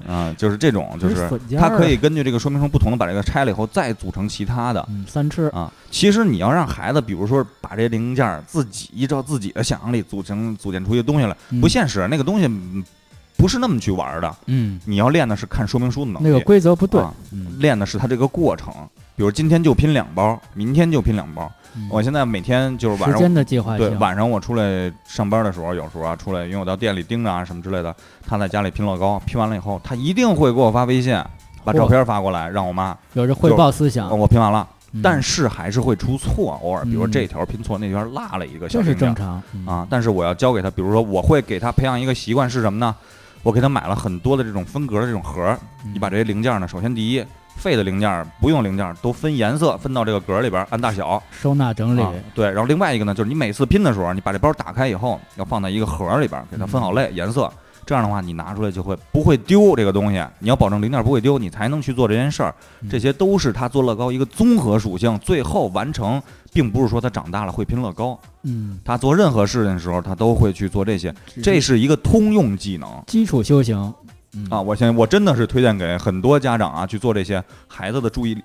C: 啊，就是这种，就
A: 这
C: 是
A: 损件
C: 它
A: 儿
C: 可
A: 啊
C: 以根据这个说明书不同的把这个拆了以后再组成其他的
A: 嗯，三吃
C: 啊。其实你要让孩子，比如说把这零件儿自己依照自己的想象力组成组建出一个东西来，不。现实，那个东西嗯不是那么去玩儿的，
A: 嗯，
C: 你要练的是看说明书的能力。
A: 那个规则不对
C: 啊。
A: 嗯，
C: 练的是它这个过程。比如今天就拼两包，明天就拼两包。
A: 嗯
C: 我现在每天就是晚
A: 时
C: 上
A: 间，的计划
C: 对
A: 性。
C: 晚上我出来上班的时候，有时候啊出来，因为我到店里盯着啊什么之类的，他在家里拼乐高，拼完了以后，他一定会给我发微信，
A: 哦
C: 把照片发过来，让我妈，
A: 有着汇报思想
C: 呃，我拼完了。
A: 啊嗯
C: 但是还是会出错，偶尔，比如
A: 嗯
C: 这条拼错，那条落了一个小
A: 这是
C: 零件
A: 正常嗯
C: 啊。但是我要教给他，比如说我会给他培养一个习惯是什么呢？我给他买了很多的这种分格的这种盒儿，
A: 嗯
C: 你把这些零件呢，首先第一，废的零件儿不用零件儿都分颜色，分到这个格儿里边儿，按大小。
A: 收纳整理
C: 啊，对，然后另外一个呢，就是你每次拼的时候，你把这包打开以后，要放在一个盒儿里边儿，给它分好类、颜色。这样的话，你拿出来就会不会丢这个东西。你要保证零件儿不会丢，你才能去做这件事儿
A: 嗯。
C: 这些都是他做乐高一个综合属性，最后完成，并不是说他长大了会拼乐高。
A: 嗯，
C: 他做任何事情的时候，他都会去做这些，这是一个通用技能。
A: 基础修行。嗯
C: 啊，，我现在我真的是推荐给很多家长啊去做这些孩子的注意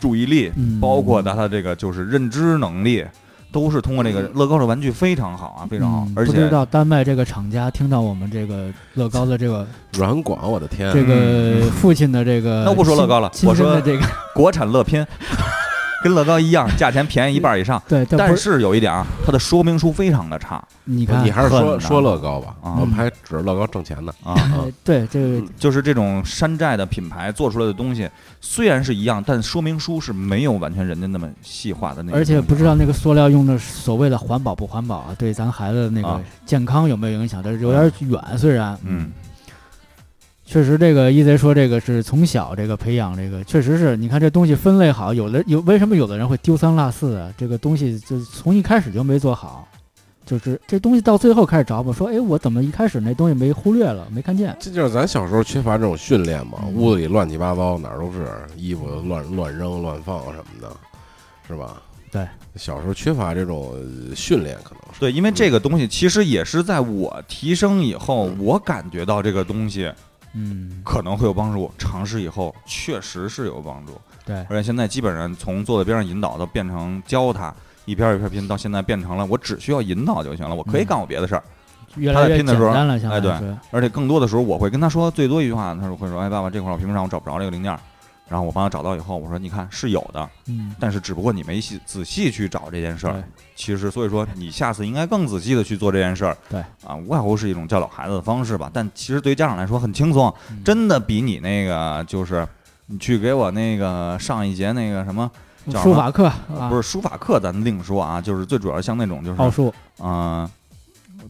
C: 注意力，
A: 嗯
C: 包括他的这个就是认知能力，都是通过这个乐高的玩具非常好啊，非常好
A: 嗯，
C: 而
A: 不知
C: 且
A: 道丹麦这个厂家听到我们这个乐高的这个
I: 软广，我的天啊，
A: 这个父亲的这个，
C: 嗯那我不说乐高了
A: 亲
C: 我
A: 亲身的
C: 说
A: 这个，，
C: 国产乐拼跟乐高一样，价钱便宜一半以上
A: 对，
C: 但
A: 嗯不是
C: 是有一点啊，它的说明书非常的差
A: 你
I: 你
A: 看，
I: 还是
C: 很
I: 说
C: 难
I: 说乐高吧，
C: 啊
A: 嗯
I: 我们还指着乐高挣钱呢。
C: 啊。
A: 呃对这个
C: 就是这种山寨的品牌做出来的东西，虽然是一样，但说明书是没有完全人家那么细化的那个东西啊。
A: 而且不知道那个塑料用的所谓的环保不环保啊，对咱孩子的那个
C: 啊
A: 健康有没有影响？这有点远，虽然，
C: 嗯，
A: 确实这个一贼说这个是从小这个培养这个，确实是你看这东西分类好，有的有为什么有的人会丢三落四啊？这个东西就从一开始就没做好，就是这东西到最后开始找补，说哎我怎么一开始那东西没忽略了，没看见？
I: 这就是咱小时候缺乏这种训练嘛，
A: 嗯
I: 屋子里乱七八糟，哪儿都是，衣服乱乱扔、乱放什么的，是吧？
A: 对，
I: 小时候缺乏这种呃训练，可能是
C: 对，因为这个东西其实也是在我提升以后，我感觉到这个东西
A: 嗯，
C: 可能会有帮助，尝试以后确实是有帮助。
A: 对，
C: 而且现在基本上从坐在边上引导到变成教他一篇一篇拼，到现在变成了我只需要引导就行了，我可以
A: 嗯
C: 干我别的事儿。
A: 越来
C: 他在
A: 越
C: 拼
A: 简
C: 的时候
A: 单了，相
C: 哎
A: 当
C: 对
A: 于是，
C: 而且更多的时候我会跟他说最多一句话，他说会说：“哎，爸爸，这块儿我平常我找不着这个零件儿。”然后我帮他找到以后，我说：“你看是有的，
A: 嗯，
C: 但是只不过你没细仔细去找这件事
A: 对
C: 儿。其实，所以说你下次应该更仔细的去做这件事儿。
A: 对
C: 啊，无外乎是一种教导孩子的方式吧。但其实对于家长来说很轻松，啊
A: 嗯
C: 真的比你那个就是你去给我那个上一节那个什么，叫什
A: 书
C: 么
A: 法课啊，
C: 不是书法课，咱另说啊。就是最主要像那种就是
A: 奥数，
C: 嗯、呃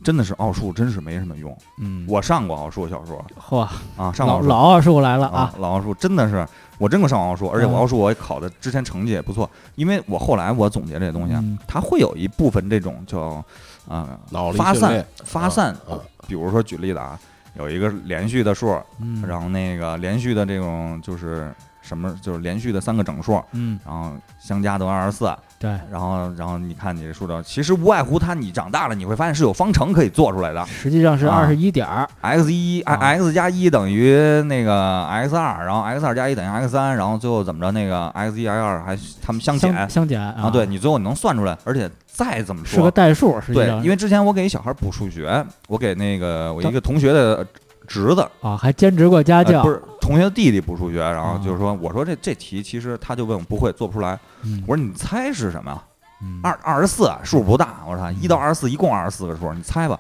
C: 真的是奥数，真是没什么用。
A: 嗯，
C: 我上过奥数小说
A: 嚯，
C: 啊，上过
A: 老
C: 奥
A: 老奥
C: 数
A: 数来了啊，，
C: 老奥数真的是，我真过上奥数，而且我
A: 嗯
C: 奥数我也考的之前成绩也不错，因为我后来我总结这些东西啊，
A: 嗯
C: 它会有一部分这种叫啊、
I: 脑力
C: 发
I: 训
C: 散
I: 练。
C: 发散呃
I: 啊，
C: 比如说举例子啊，有一个连续的数，
A: 嗯，
C: 然后那个连续的这种就是什么就是连续的三个整数，
A: 嗯，
C: 然后相加得二十四，
A: 对，
C: 然后然后你看你这数的，其实无外乎它你长大了你会发现是有方程可以做出来的，
A: 实际上是
C: 啊
A: 二十一点儿，
C: x 一、
A: 啊
C: x 加一等于那个 x 二，然后 x 二加一等于 x 三，然后最后怎么着那个 x 一 x 二还他们相减
A: 相相减
C: 啊？对，你最后你能算出来，而且再怎么
A: 是个
C: 说，
A: 代数，实际
C: 对
A: 上，
C: 因为之前我给小孩补数学，我给那个我一个同学的呃侄子，
A: 啊，还兼职过家
C: 呃
A: 教，
C: 不是同学的弟弟补数学，然后
A: 啊
C: 就是说我说这这题其实他就问我不会做不出来，
A: 嗯
C: 我说你猜是什么呀？
A: 嗯
C: 二二十四啊数不大，我操，一到二十四一共二十四个数，你猜吧，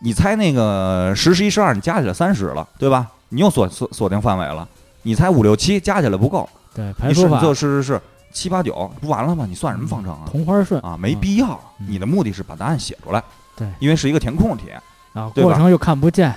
C: 你猜那个十、十一、十二，你加起来三十了，对吧？你又锁锁锁定范围了，你猜五六七加起来不够，
A: 对
C: 你
A: 排
C: 是
A: 除
C: 你
A: 法
C: 最后是是是七八九，不完了吗？你算什么方程啊？
A: 同花顺
C: 啊，没必要，
A: 嗯
C: 你的目的是把答案写出来，
A: 对
C: 因为是一个填空题，
A: 啊，
C: 对吧
A: 过程又看不见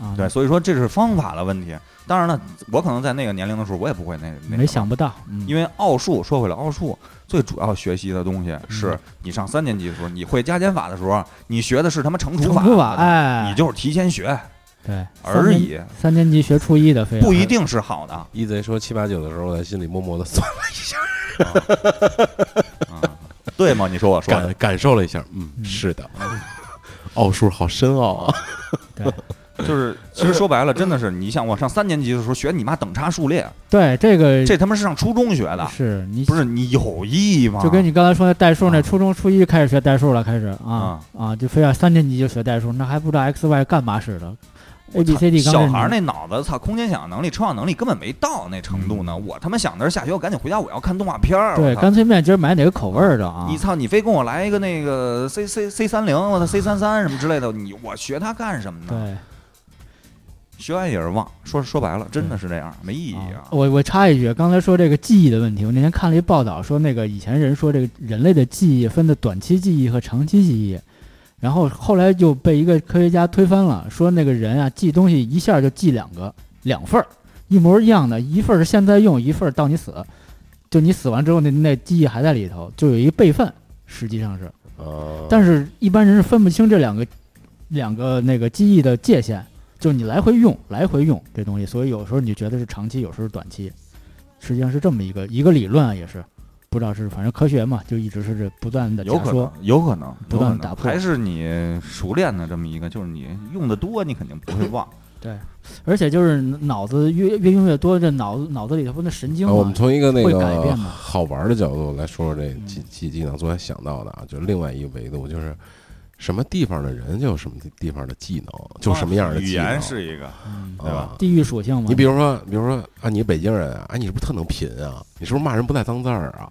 A: 啊，
C: 对，，所以说这是方法的问题。当然了，我可能在那个年龄的时候，我也不会那那什
A: 没
C: 么
A: 想不到，嗯
C: 因为奥数说回来，奥数最主要学习的东西
A: 嗯
C: 是你上三年级的时候，你会加减法的时候，你学的是他妈乘除
A: 乘
C: 法，
A: 除法，哎，
C: 你就是提前学
A: 对
C: 而。已，
A: 三年三哎年级学初一的非要
C: 不一定是好的。
I: 一贼说七八九的时候，我在心里默默的算了，
C: 啊对吗？你说我说的
I: 感感受了一下，嗯，是的，奥数好深奥 啊，
C: 就是，其实说白了，真的是你像我上三年级的时候学你妈等差数列，
A: 对这个
C: 这他妈是上初中学的，
A: 是你
C: 不是你有意吗？
A: 就跟你刚才说的代数
C: 啊
A: 那，初中初一就开始学代数了，开始啊啊，就非要三年级就学代数，那还不知道 x y 干嘛使的，a
C: 我操
A: b c d 刚
C: 小
A: 认
C: 孩儿
A: 识
C: 那脑子，操，空间想象能力、抽象能力根本没到那程度呢。我他妈想的是下学我赶紧回家，我要看动画片儿。
A: 嗯对
C: 我，操
A: 干脆面今儿买哪个口味儿的啊？
C: 你操，你非跟我来一个那个 C C C 三零，我操 C 三三什么之类的，你我学它干什么呢？
A: 对，
C: 学完也是忘，说说白了，真的是这样，没意义
A: 啊我我插一句，刚才说这个记忆的问题，我那天看了一报道，说那个以前人说这个人类的记忆分的短期记忆和长期记忆，然后后来就被一个科学家推翻了，说那个人啊记东西一下就记两个两份儿，一模一样的，一份儿是现在用，一份儿到你死，就你死完之后那那记忆还在里头，就有一备份，实际上是，
I: 呃
A: 但是一般人是分不清这两个两个那个记忆的界限，就是你来回用，来回用这东西，所以有时候你觉得是长期，有时候是短期，实际上是这么一个一个理论啊，也是不知道是反正科学嘛，就一直是这不断的
C: 有
A: 假
C: 可
A: 说
C: 能，，有可能，
A: 不断地打破
C: 还是你熟练的这么一个，就是你用的多，你肯定不会忘。
A: 而且就是脑子越越用越多，这脑子脑子里头不那神经
I: 啊，我们
A: 嘛，
I: 从一个那
A: 会改
I: 个
A: 变嗯吗
I: 好玩的角度来说说这记记忆能。昨天想到的啊，就另外一个维度，就是什么地方的人就有什么地方的技能，
A: 哦
I: 就什么样的
C: 啊语
I: 技能，
C: 言是一个，
A: 嗯
C: 对吧
I: 啊？
A: 地域属性嘛。
I: 你比如说，比如说啊，你北京人啊，哎，你是不是特能贫啊？你是不是骂人不带脏字儿啊？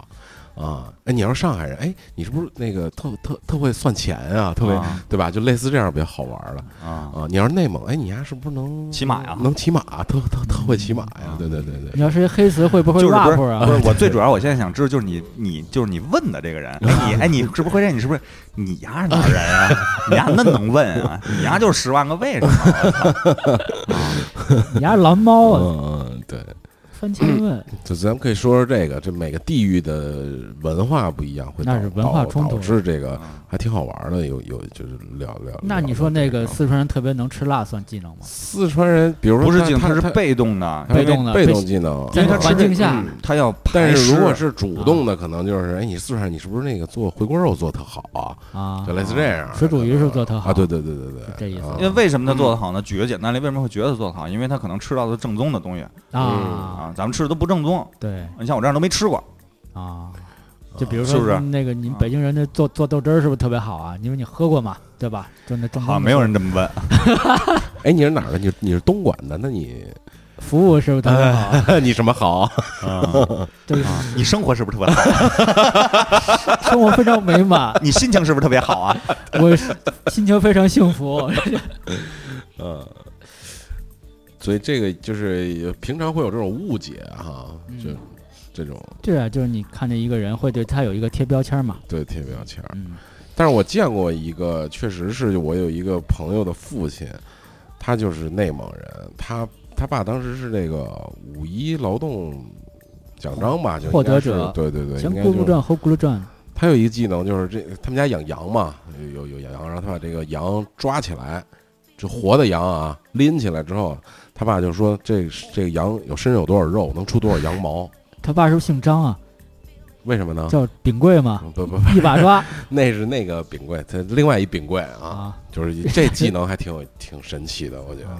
I: 啊，哎，你要是上海人，哎，你是不是那个特特特会算钱啊？特别
C: 啊
I: 对吧？就类似这样比较好玩了
A: 哦
C: 啊，
I: 啊。你要是内蒙，哎，你丫是不是能
C: 骑马呀
I: 能骑马，啊特特特会骑马呀
C: 啊？
I: 对对对对，
A: 你要是一黑词会不会
C: 就是不
A: rap
C: 是
A: 啊？
C: 不是 我最主要，我现在想知道就是你你就是你问的这个人，哎你哎你是不是会这？你是不是你丫是哪儿人啊？你丫那能问啊？你丫就是十万个为什么？我操
A: 你家蓝猫啊，
I: 嗯嗯，对，
A: 三千问，
I: 就咱们可以说说这个，这每个地域的文化不一样，会导
A: 那是文化
I: 导
A: 冲突啊
I: 导致这个还挺好玩的，有有就是聊聊。
A: 那你说
I: 聊
A: 那
I: 这
A: 个四川人特别能吃辣算技能吗？
I: 四川人，比如说
C: 不是
I: 他
C: 技能，
I: 他
C: 他是
I: 他
C: 被动的
I: 他，
A: 被
I: 因为
A: 动的
I: 被
A: 被
I: 动技能，
A: 在
C: 因为
A: 那
C: 他吃
A: 环境啊下
I: 嗯
C: 他要排
I: 但是如果
C: 湿
I: 是主动的，可能就是哎，你四川人你是不是那个做回锅肉做特好啊？
A: 啊，
I: 就类似这样，
A: 水煮鱼是不是做特好
I: 啊？对对对对对，
A: 这意思
I: 啊
C: 因为为什么他做得好呢？举个简单例，为什么会觉得他做得好？因为他可能吃到的正宗的东西
A: 啊，
I: 嗯
C: 啊，咱们吃的都不正宗。
A: 对
C: 你像我这样都没吃过，
A: 啊，就比如
C: 是不呃是啊
A: 说那个你们北京人那做做豆汁儿是不是特别好啊？因为你喝过嘛，对吧？就那正宗
C: 好
A: 的
C: 啊像没有人这么问。
I: 哎，你是哪儿的？你你是东莞的？那 你
A: 服务是不是特别好？啊
C: 哎
I: 你什么 好？啊
A: 就是
C: 啊你生活是不是特 别好？
A: 生活非常美满，
C: 你心情是不是特别好啊？
A: 我心情非常幸福。
I: 嗯，所以这个就是平常会有这种误解啊哈，就
A: 嗯
I: 这种
A: 对啊，就是你看见一个人会对他有一个贴标签嘛，
I: 对贴标签儿。
A: 嗯
I: 但是我见过一个，确实是我有一个朋友的父亲，他就是内蒙人，他他爸当时是这个五一劳动奖章吧，就
A: 哦获
I: 应该
A: 得
I: 是
A: 者
I: 对对对，
A: 前
I: 应该
A: 轱辘
I: 就是
A: 转后轱辘转，
I: 他有一个技能，就是这他们家养羊嘛，有有有养羊，然后他把这个羊抓起来，这活的羊啊拎起来之后，他爸就说这这个羊有身上有多少肉，能出多少羊毛？
A: 他爸是不是姓张啊？
I: 为什么
C: 啊
I: 呢？
A: 叫秉贵嘛，
I: 嗯不不，
A: 一把抓
I: 那是那个秉贵，他另外一秉贵啊，
A: 啊，
I: 就是这技能还挺有挺神奇的，我觉得。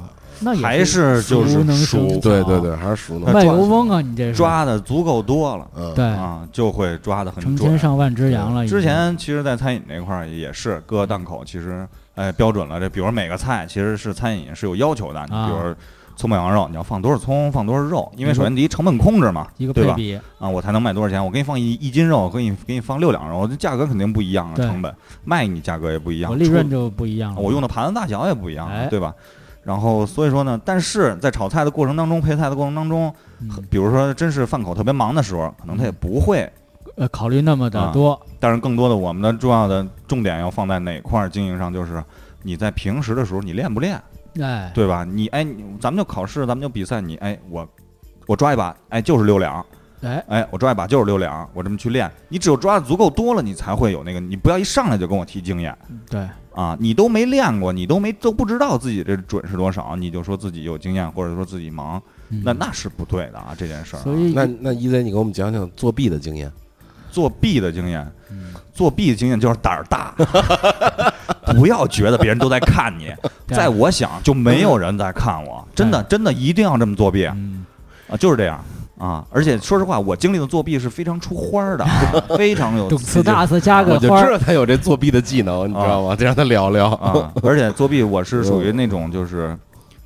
A: 那也
C: 还是就是
A: 熟能
C: 熟
A: 生巧啊
I: 对对，对，还是熟能
A: 卖
I: 生
A: 油
I: 巧
A: 翁啊，你这是
C: 抓的足够多了
I: 嗯，
A: 对
C: 啊，就会抓的很
A: 成千
C: 准。
A: 上万只羊了已经。
C: 之前其实，在餐饮那块儿也是各个档口其实哎标准了，这比如每个菜其实是餐饮是有要求的，你
A: 啊
C: 比如葱爆羊肉，你要放多少葱，放多少肉，因为首先第一成本控制嘛，
A: 一个
C: 对
A: 配
C: 吧？
A: 比，
C: 啊，我才能卖多少钱？我给你放一一斤肉，我给你给你放六两肉，这价格肯定不一样啊，
A: 对
C: 成本卖你价格也不一样，
A: 我利润
C: 出
A: 就不一样了。
C: 我用的盘子大小也不一样，
A: 哎
C: 对吧？然后所以说呢，但是在炒菜的过程当中，配菜的过程当中，
A: 嗯
C: 比如说真是饭口特别忙的时候，可能他也不会。
A: 呃考虑那么的
C: 啊
A: 多，
C: 但是更多的，我们的重要的重点要放在哪块儿经营上，就是你在平时的时候你练不练，
A: 哎，
C: 对吧？你哎，你咱们就考试，咱们就比赛，你哎我。我抓一把，哎，就是六两，
A: 哎，
C: 哎，我抓一把就是六两，我这么去练，你只有抓的足够多了，你才会有那个，你不要一上来就跟我提经验，
A: 对，
C: 啊，你都没练过，你都没都不知道自己这准是多少，你就说自己有经验，或者说自己忙，
A: 嗯
C: 那那是不对的啊！这件事儿啊、
A: 所以
I: 那那一贼，你给我们讲讲作弊的经验。
C: 作弊的经验，
A: 嗯
C: 作弊的经验就是胆儿大， 不要觉得别人都在看你，
A: 对
C: 在我想就没有人在看我，真的真的一定要这么作弊啊，
A: 嗯
C: 就是这样啊！而且说实话，我经历的作弊是非常出花 儿的啊，非常有
A: 懂
C: 刺
A: 词
C: 激
A: 大词加
I: 我
A: 个
I: 就
A: 花
I: 知
A: 儿，
I: 道他有这作弊的技能，你知道吗？得让他聊聊。
C: 啊， 而且作弊我是属于那种就是，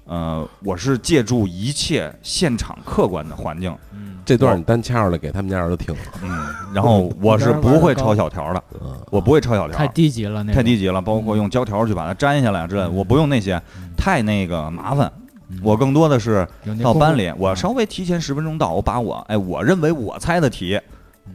C: 呃，我是借助一切现场客观的环境，
I: 这段你单掐出来给他们家儿子听了。
C: 嗯，然后我是不会抄小条 的，
I: 嗯，
C: 我不会抄小条，
A: 太低级了，那嗯
C: 太
A: 种
C: 低级了，包括用胶条去把它粘下来之类的，我不用那些，太那个麻烦。我更多的是
A: 有嗯那啊
C: 到
A: 功
C: 班
A: 夫
C: 里，我稍微提前十分钟到，我把我哎我认为我猜的题，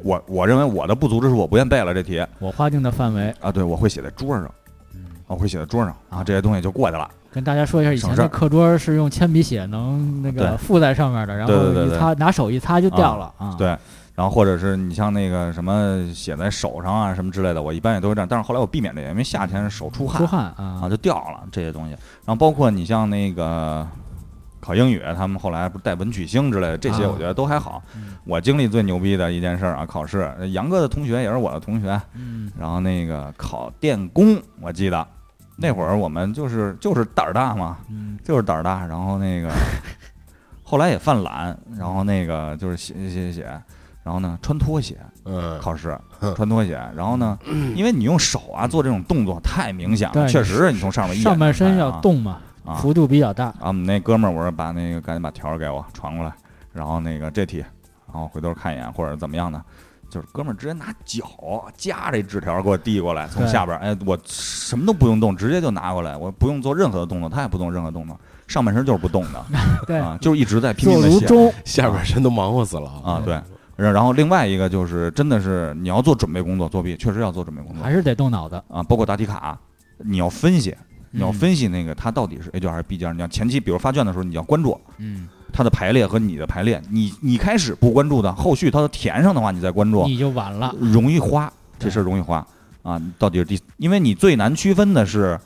C: 我我认为我的不足之处，我不愿背了这题
A: 我划定的范围，
C: 啊，对我会写在桌上，
A: 嗯
C: 我会写在桌上啊，这些东西就过去了。
A: 跟大家说一下，以
C: 省
A: 前
C: 事
A: 的
C: 儿
A: 课桌是用铅笔写能那
C: 对
A: 个附在上面的，然
C: 对对
A: 后
C: 对
A: 一
C: 对
A: 擦拿手一擦就掉了啊。
C: 对然后或者是你像那个什么写在手上啊什么之类的，我一般也都会这样，但是后来我避免这些，因为夏天手出汗，
A: 出汗
C: 啊
A: 啊，
C: 就掉了这些东西。然后包括你像那个考英语，他们后来不是带文曲星之类的，这些
A: 啊
C: 我觉得都还好。
A: 嗯
C: 我经历最牛逼的一件事儿啊，考试，杨哥的同学也是我的同学，
A: 嗯，
C: 然后那个考电工，我记得那会儿我们就是就是胆儿大嘛，
A: 嗯
C: 就是胆儿大，然 后那个后来也犯懒，然后那个就是写写写写，然后呢穿拖鞋
I: 嗯，
C: 考试，穿拖鞋，然后呢，因为你用手啊做这种动作太明显了，
A: 对
C: 确实是你从上面一眼
A: 上半身
C: 就
A: 要
C: 看啊
A: 动嘛，
C: 啊
A: 幅度比较大。
C: 啊，我们那哥们儿，我说把那个赶紧把条儿给我传过来，然后那个这题，然后回头看一眼或者怎么样呢？就是哥们儿直接拿脚夹着一纸条儿给我递过来，从
A: 对
C: 下边儿，哎，我什么都不用动，直接就拿过来，我不用做任何的动作，他也不动任何动作，上半身就是不动的
A: 对，
C: 啊，就是一直在拼
A: 坐
C: 命的
A: 如
C: 写
A: 钟，
I: 下半身都忙活死了
C: 啊，对。然然后另外一个就是，真的是你要做准备工作，作弊确实要做准备工作
A: 还是得动脑子。
C: 啊，包括答题卡，你要分析，你要
A: 嗯
C: 分析那个它到底是 A 卷还是 B 卷，你要前期比如发卷的时候你要关注，
A: 嗯，
C: 它的排列和你的排列，你你开始不关注的，后续它的填上的话，你再关注，
A: 你啊就晚了。
C: 容易花，这事儿容易花啊！到底是第，因为你最难区分的是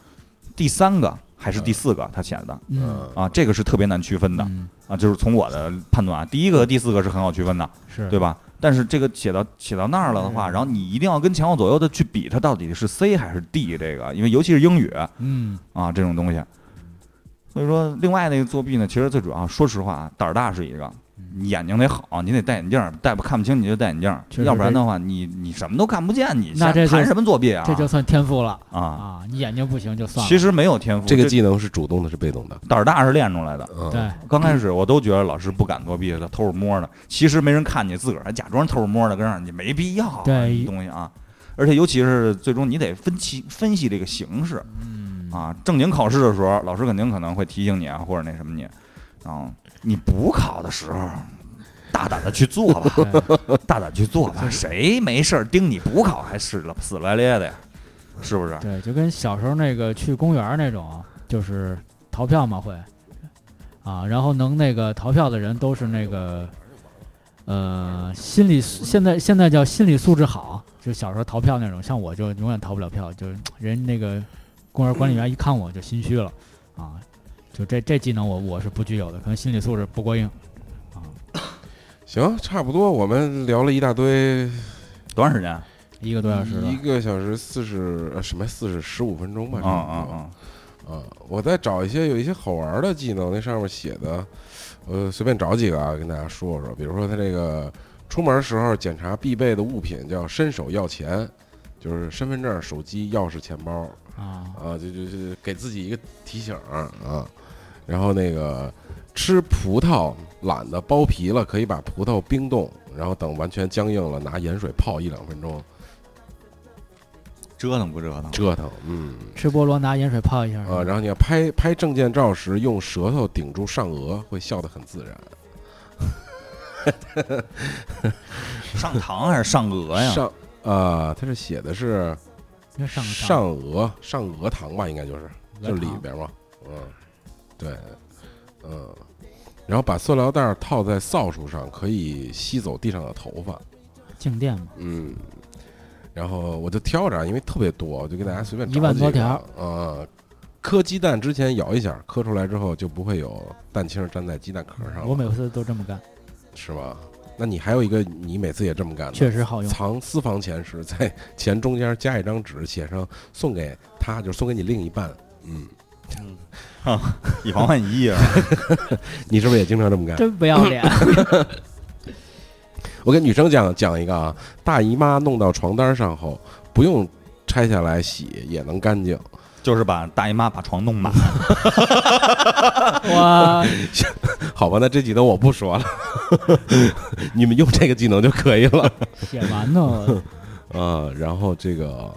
C: 第三个还是第四个，它写的
A: 嗯，
C: 啊，这个是特别难区分的
A: 嗯
C: 啊，就是从我的判断啊，第一个和第四个是很好区分的，
A: 是
C: 对吧？但是这个写到写到那儿了的
A: 嗯
C: 话，然后你一定要跟前后左右的去比，它到底是 C 还是 D 这个，因为尤其是英语，
A: 嗯，
C: 啊这种东西。所以说，另外那个作弊呢，其实最主要，说实话，啊胆儿大是一个，你眼睛得好，你得戴眼镜儿，戴不看不清你就戴眼镜儿，
A: 嗯确实
C: 要不然
A: 这
C: 的话，你你什么都看不见，你
A: 那
C: 瞎
A: 这就
C: 谈什么作弊啊？
A: 这就算天赋了
C: 啊，
A: 啊！你眼睛不行就算了。
C: 其实没有天赋，
I: 这个技能是主动的，是被动的？
C: 胆儿大是练出来的。
I: 嗯，
A: 对，
C: 刚开始我都觉得老师不敢作弊，他偷着摸的，其实没人看你，自个儿还假装偷着摸的，跟那儿你没必要啊
A: 对
C: 这东西啊。而且尤其是最终你得分析分析这个形式，
A: 嗯
C: 啊，正经考试的时候，老师肯定可能会提醒你啊，或者那什么你，然后你补考的时候，大胆的去做吧，
A: 对
C: 大胆去做吧，谁没事儿盯你补考还死了死赖咧的呀？是不是？
A: 对，就跟小时候那个去公园儿那种，就是逃票嘛会，啊，然后能那个逃票的人都是那个，呃，心理素现在现在叫心理素质好，就小时候逃票那种，像我就永远逃不了票，就是人那个公园管理员一看我就心虚了，啊，就这这技能我我是不具有的，可能心理素质不过硬，啊
I: 行，差不多，我们聊了一大堆，
C: 多长时间？啊
A: 一个多小时了
I: 一，个小时四十呃什么四十十五分钟吧，
C: 嗯
I: 差不
C: 嗯
I: 多
C: 嗯，
I: 啊，我再找一些有一些好玩的技能，那上面写的，呃，随便找几个啊，跟大家说说。比如说他这个出门时候检查必备的物品叫伸手要钱，就是身份证、手机、钥匙、钱包
A: 啊，
I: 啊，就就就给自己一个提醒儿啊。然后那个吃葡萄懒得剥皮了，可以把葡萄冰冻，然后等完全僵硬了，拿盐水泡一两分钟，
C: 折腾不折腾？
I: 折腾，嗯。
A: 吃菠萝拿盐水泡一下。
I: 啊，然后你要拍拍证件照时，用舌头顶住上颚，会笑得很自然。
C: 上膛还是上额呀？
I: 上啊，他、是写的是
A: 因为上个
I: 上颚上颚膛吧，应该就是
A: 上
I: 就
A: 个
I: 里
A: 堂
I: 边嘛，嗯，对，嗯，然后把塑料袋套在扫帚上，可以吸走地上的头发，
A: 静电嘛，
I: 嗯，然后我就挑着啊，因为特别多，我就给大家随便
A: 一万
I: 找几
A: 多
I: 个
A: 条
I: 呃，磕鸡蛋之前摇一下，磕出来之后就不会有蛋清粘在鸡蛋壳上了。
A: 我每次都这么干，
I: 是吗？那你还有一个，你每次也这么干的，
A: 确实 好用。
I: 藏私房钱时，在钱中间加一张纸，写上送给他，就是送给你另一 半。嗯，
C: 以防万一啊！
I: 你是不是也经常这么干？
A: 真不要 脸，
I: 我给女生讲讲一个啊，大姨妈弄到床单上后，不用拆下来洗也能干净。
C: 就是把大姨妈把床弄满，
A: 我
I: 好吧，那这技能我不说了，你们用这个技能就可以了。
A: 写完呢，我
I: 呃，然后这个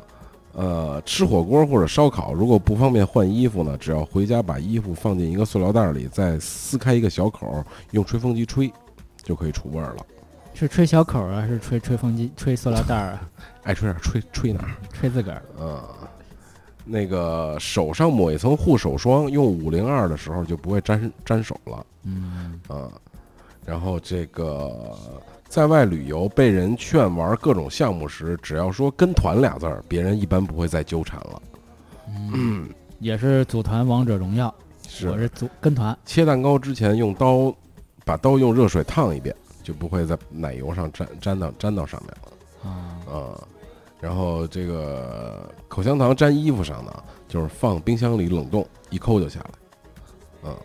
I: 呃，吃火锅或者烧烤，如果不方便换衣服呢，只要回家把衣服放进一个塑料袋里，再撕开一个小口，用吹风机吹，就可以除味儿了。
A: 是吹小口啊，是吹吹风机、吹塑料袋儿啊，
I: 爱哎吹哪儿吹吹哪儿。
A: 吹自个儿。
I: 嗯，那个手上抹一层护手霜，用五零二的时候就不会沾沾手了。
A: 嗯，
I: 啊，然后这个在外旅游被人劝玩各种项目时，只要说“跟团”俩字儿，别人一般不会再纠缠了。 嗯，
A: 也是组团王者荣耀，我
I: 是
A: 是组跟团，
I: 切蛋糕之前用刀把刀用热水烫一遍，就不会在奶油上沾沾到沾到上面了。
A: 啊，
I: 啊，然后这个口香糖粘衣服上呢，就是放冰箱里冷冻，一抠就下来。嗯，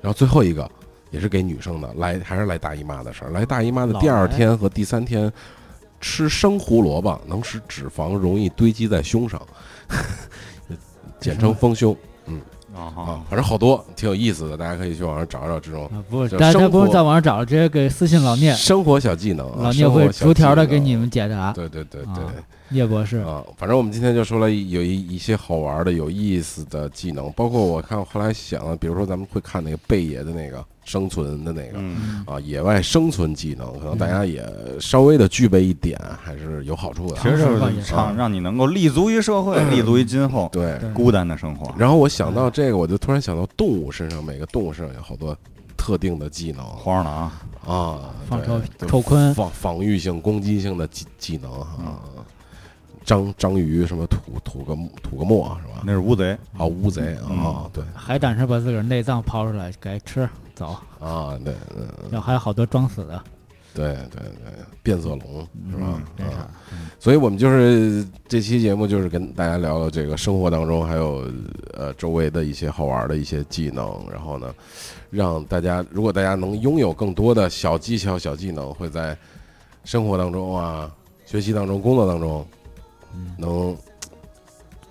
I: 然后最后一个也是给女生的，来还是来大姨妈的事儿。来大姨妈的第二天和第三天吃生胡萝卜，能使脂肪容易堆积在胸上， 简称丰胸啊
C: 啊。
I: 反正好多挺有意思的，大家可以去网上找找这种
A: 啊不，
I: 就
A: 大家
I: 生
A: 不用
I: 活
A: 在网上找了，直接给私信老聂，
I: 生活小技能啊。
A: 老聂
I: 生活
A: 会
I: 小
A: 逐条的
I: 技
A: 给
I: 能
A: 你们解答。
I: 对对对
A: 啊
I: 对。
A: 聂博士，
I: 啊，反正我们今天就说了一有一一些好玩的、有意思的技能，包括我看后来想了，比如说咱们会看那个贝爷的那个生存的那个、
A: 嗯
C: 嗯，
I: 啊，野外生存技能，可能大家也稍微的具备一点，还是有好处的。
C: 其
A: 唐
C: 实
A: 诗宋
C: 是
A: 韵
C: 唱让你能够立足于社会，立足于今后
I: 嗯对，
A: 对
C: 孤单的生活。
I: 然后我想到这个，我就突然想到动物身上，每个动物身上有好多特定的技能
C: 皇上了啊，
I: 啊，
A: 放
I: 对
A: 臭
I: 对
A: 臭鲲，
I: 防防御性、攻击性的技技能啊。
C: 嗯
I: 章章鱼什么吐吐个吐个沫是吧？
C: 那是乌贼，
I: 啊，乌贼啊
C: 嗯，
I: 对
A: 海胆是把自个儿内脏刨出来给吃，走。
I: 啊，对对
A: 然后还有好多装死的，
I: 对对对，变色龙是吧？
A: 真是
I: 啊，所以我们就是这期节目就是跟大家聊聊这个生活当中还有呃周围的一些好玩的一些技能，然后呢，让大家如果大家能拥有更多的小技巧、小技能，会在生活当中啊、学习当中、工作当中，能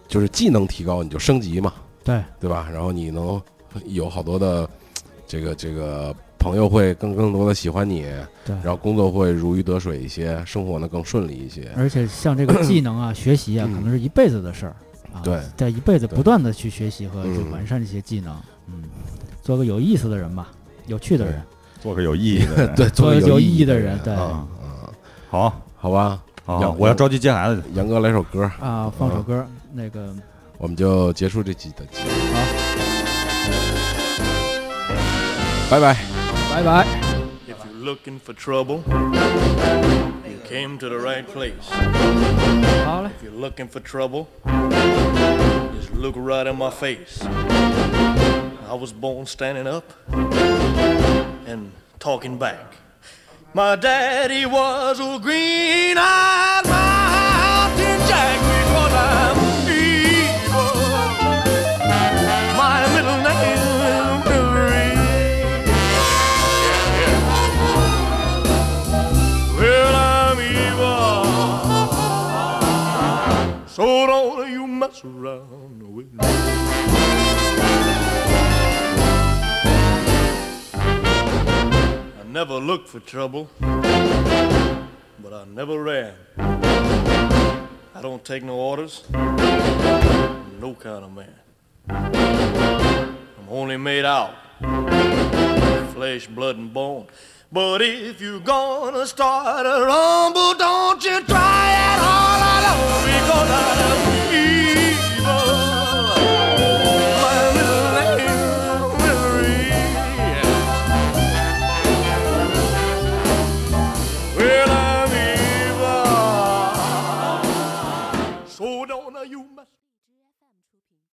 I: 就是技能提高，你就升级嘛，
A: 对
I: 对吧？然后你能有好多的这个这个朋友会更更多的喜欢你，
A: 对。
I: 然后工作会如鱼得水一些，生活呢更顺利一些。
A: 而且像这个技能啊、学习啊，
I: 嗯
A: 可能是一辈子的事儿啊。
I: 对
A: 在一辈子
I: 对
A: 不断的去学习和
I: 嗯
A: 就完善这些技能，嗯，做个有意思的人吧，有趣的人，
C: 做个有意义的人。
I: 对，做
A: 嗯做
I: 个
A: 有意义
I: 的
A: 的人，对
I: 啊
A: 啊，
I: 啊，
C: 好，
I: 好吧，
C: 好，
I: 要
C: 好我要着急接孩子去。
I: 杨哥来首歌，
A: 啊放首歌，那个
I: 我们就结束这期的节目。拜拜。
A: 拜拜。
G: If you're looking for trouble, you came to the right place.
A: 好嘞，
G: If you're looking for trouble, just look right in my face. I was born standing up and talking back. My daddy was a green eyed mountain jack because I'm evil. My middle name is Yeah, yeah. Well, I'm evil. So don't you mess around with me. never looked for trouble, but I never ran. I don't take no orders, no kind of man. I'm only made out of flesh, blood, and bone. But if you're gonna start a rumble, don't you try at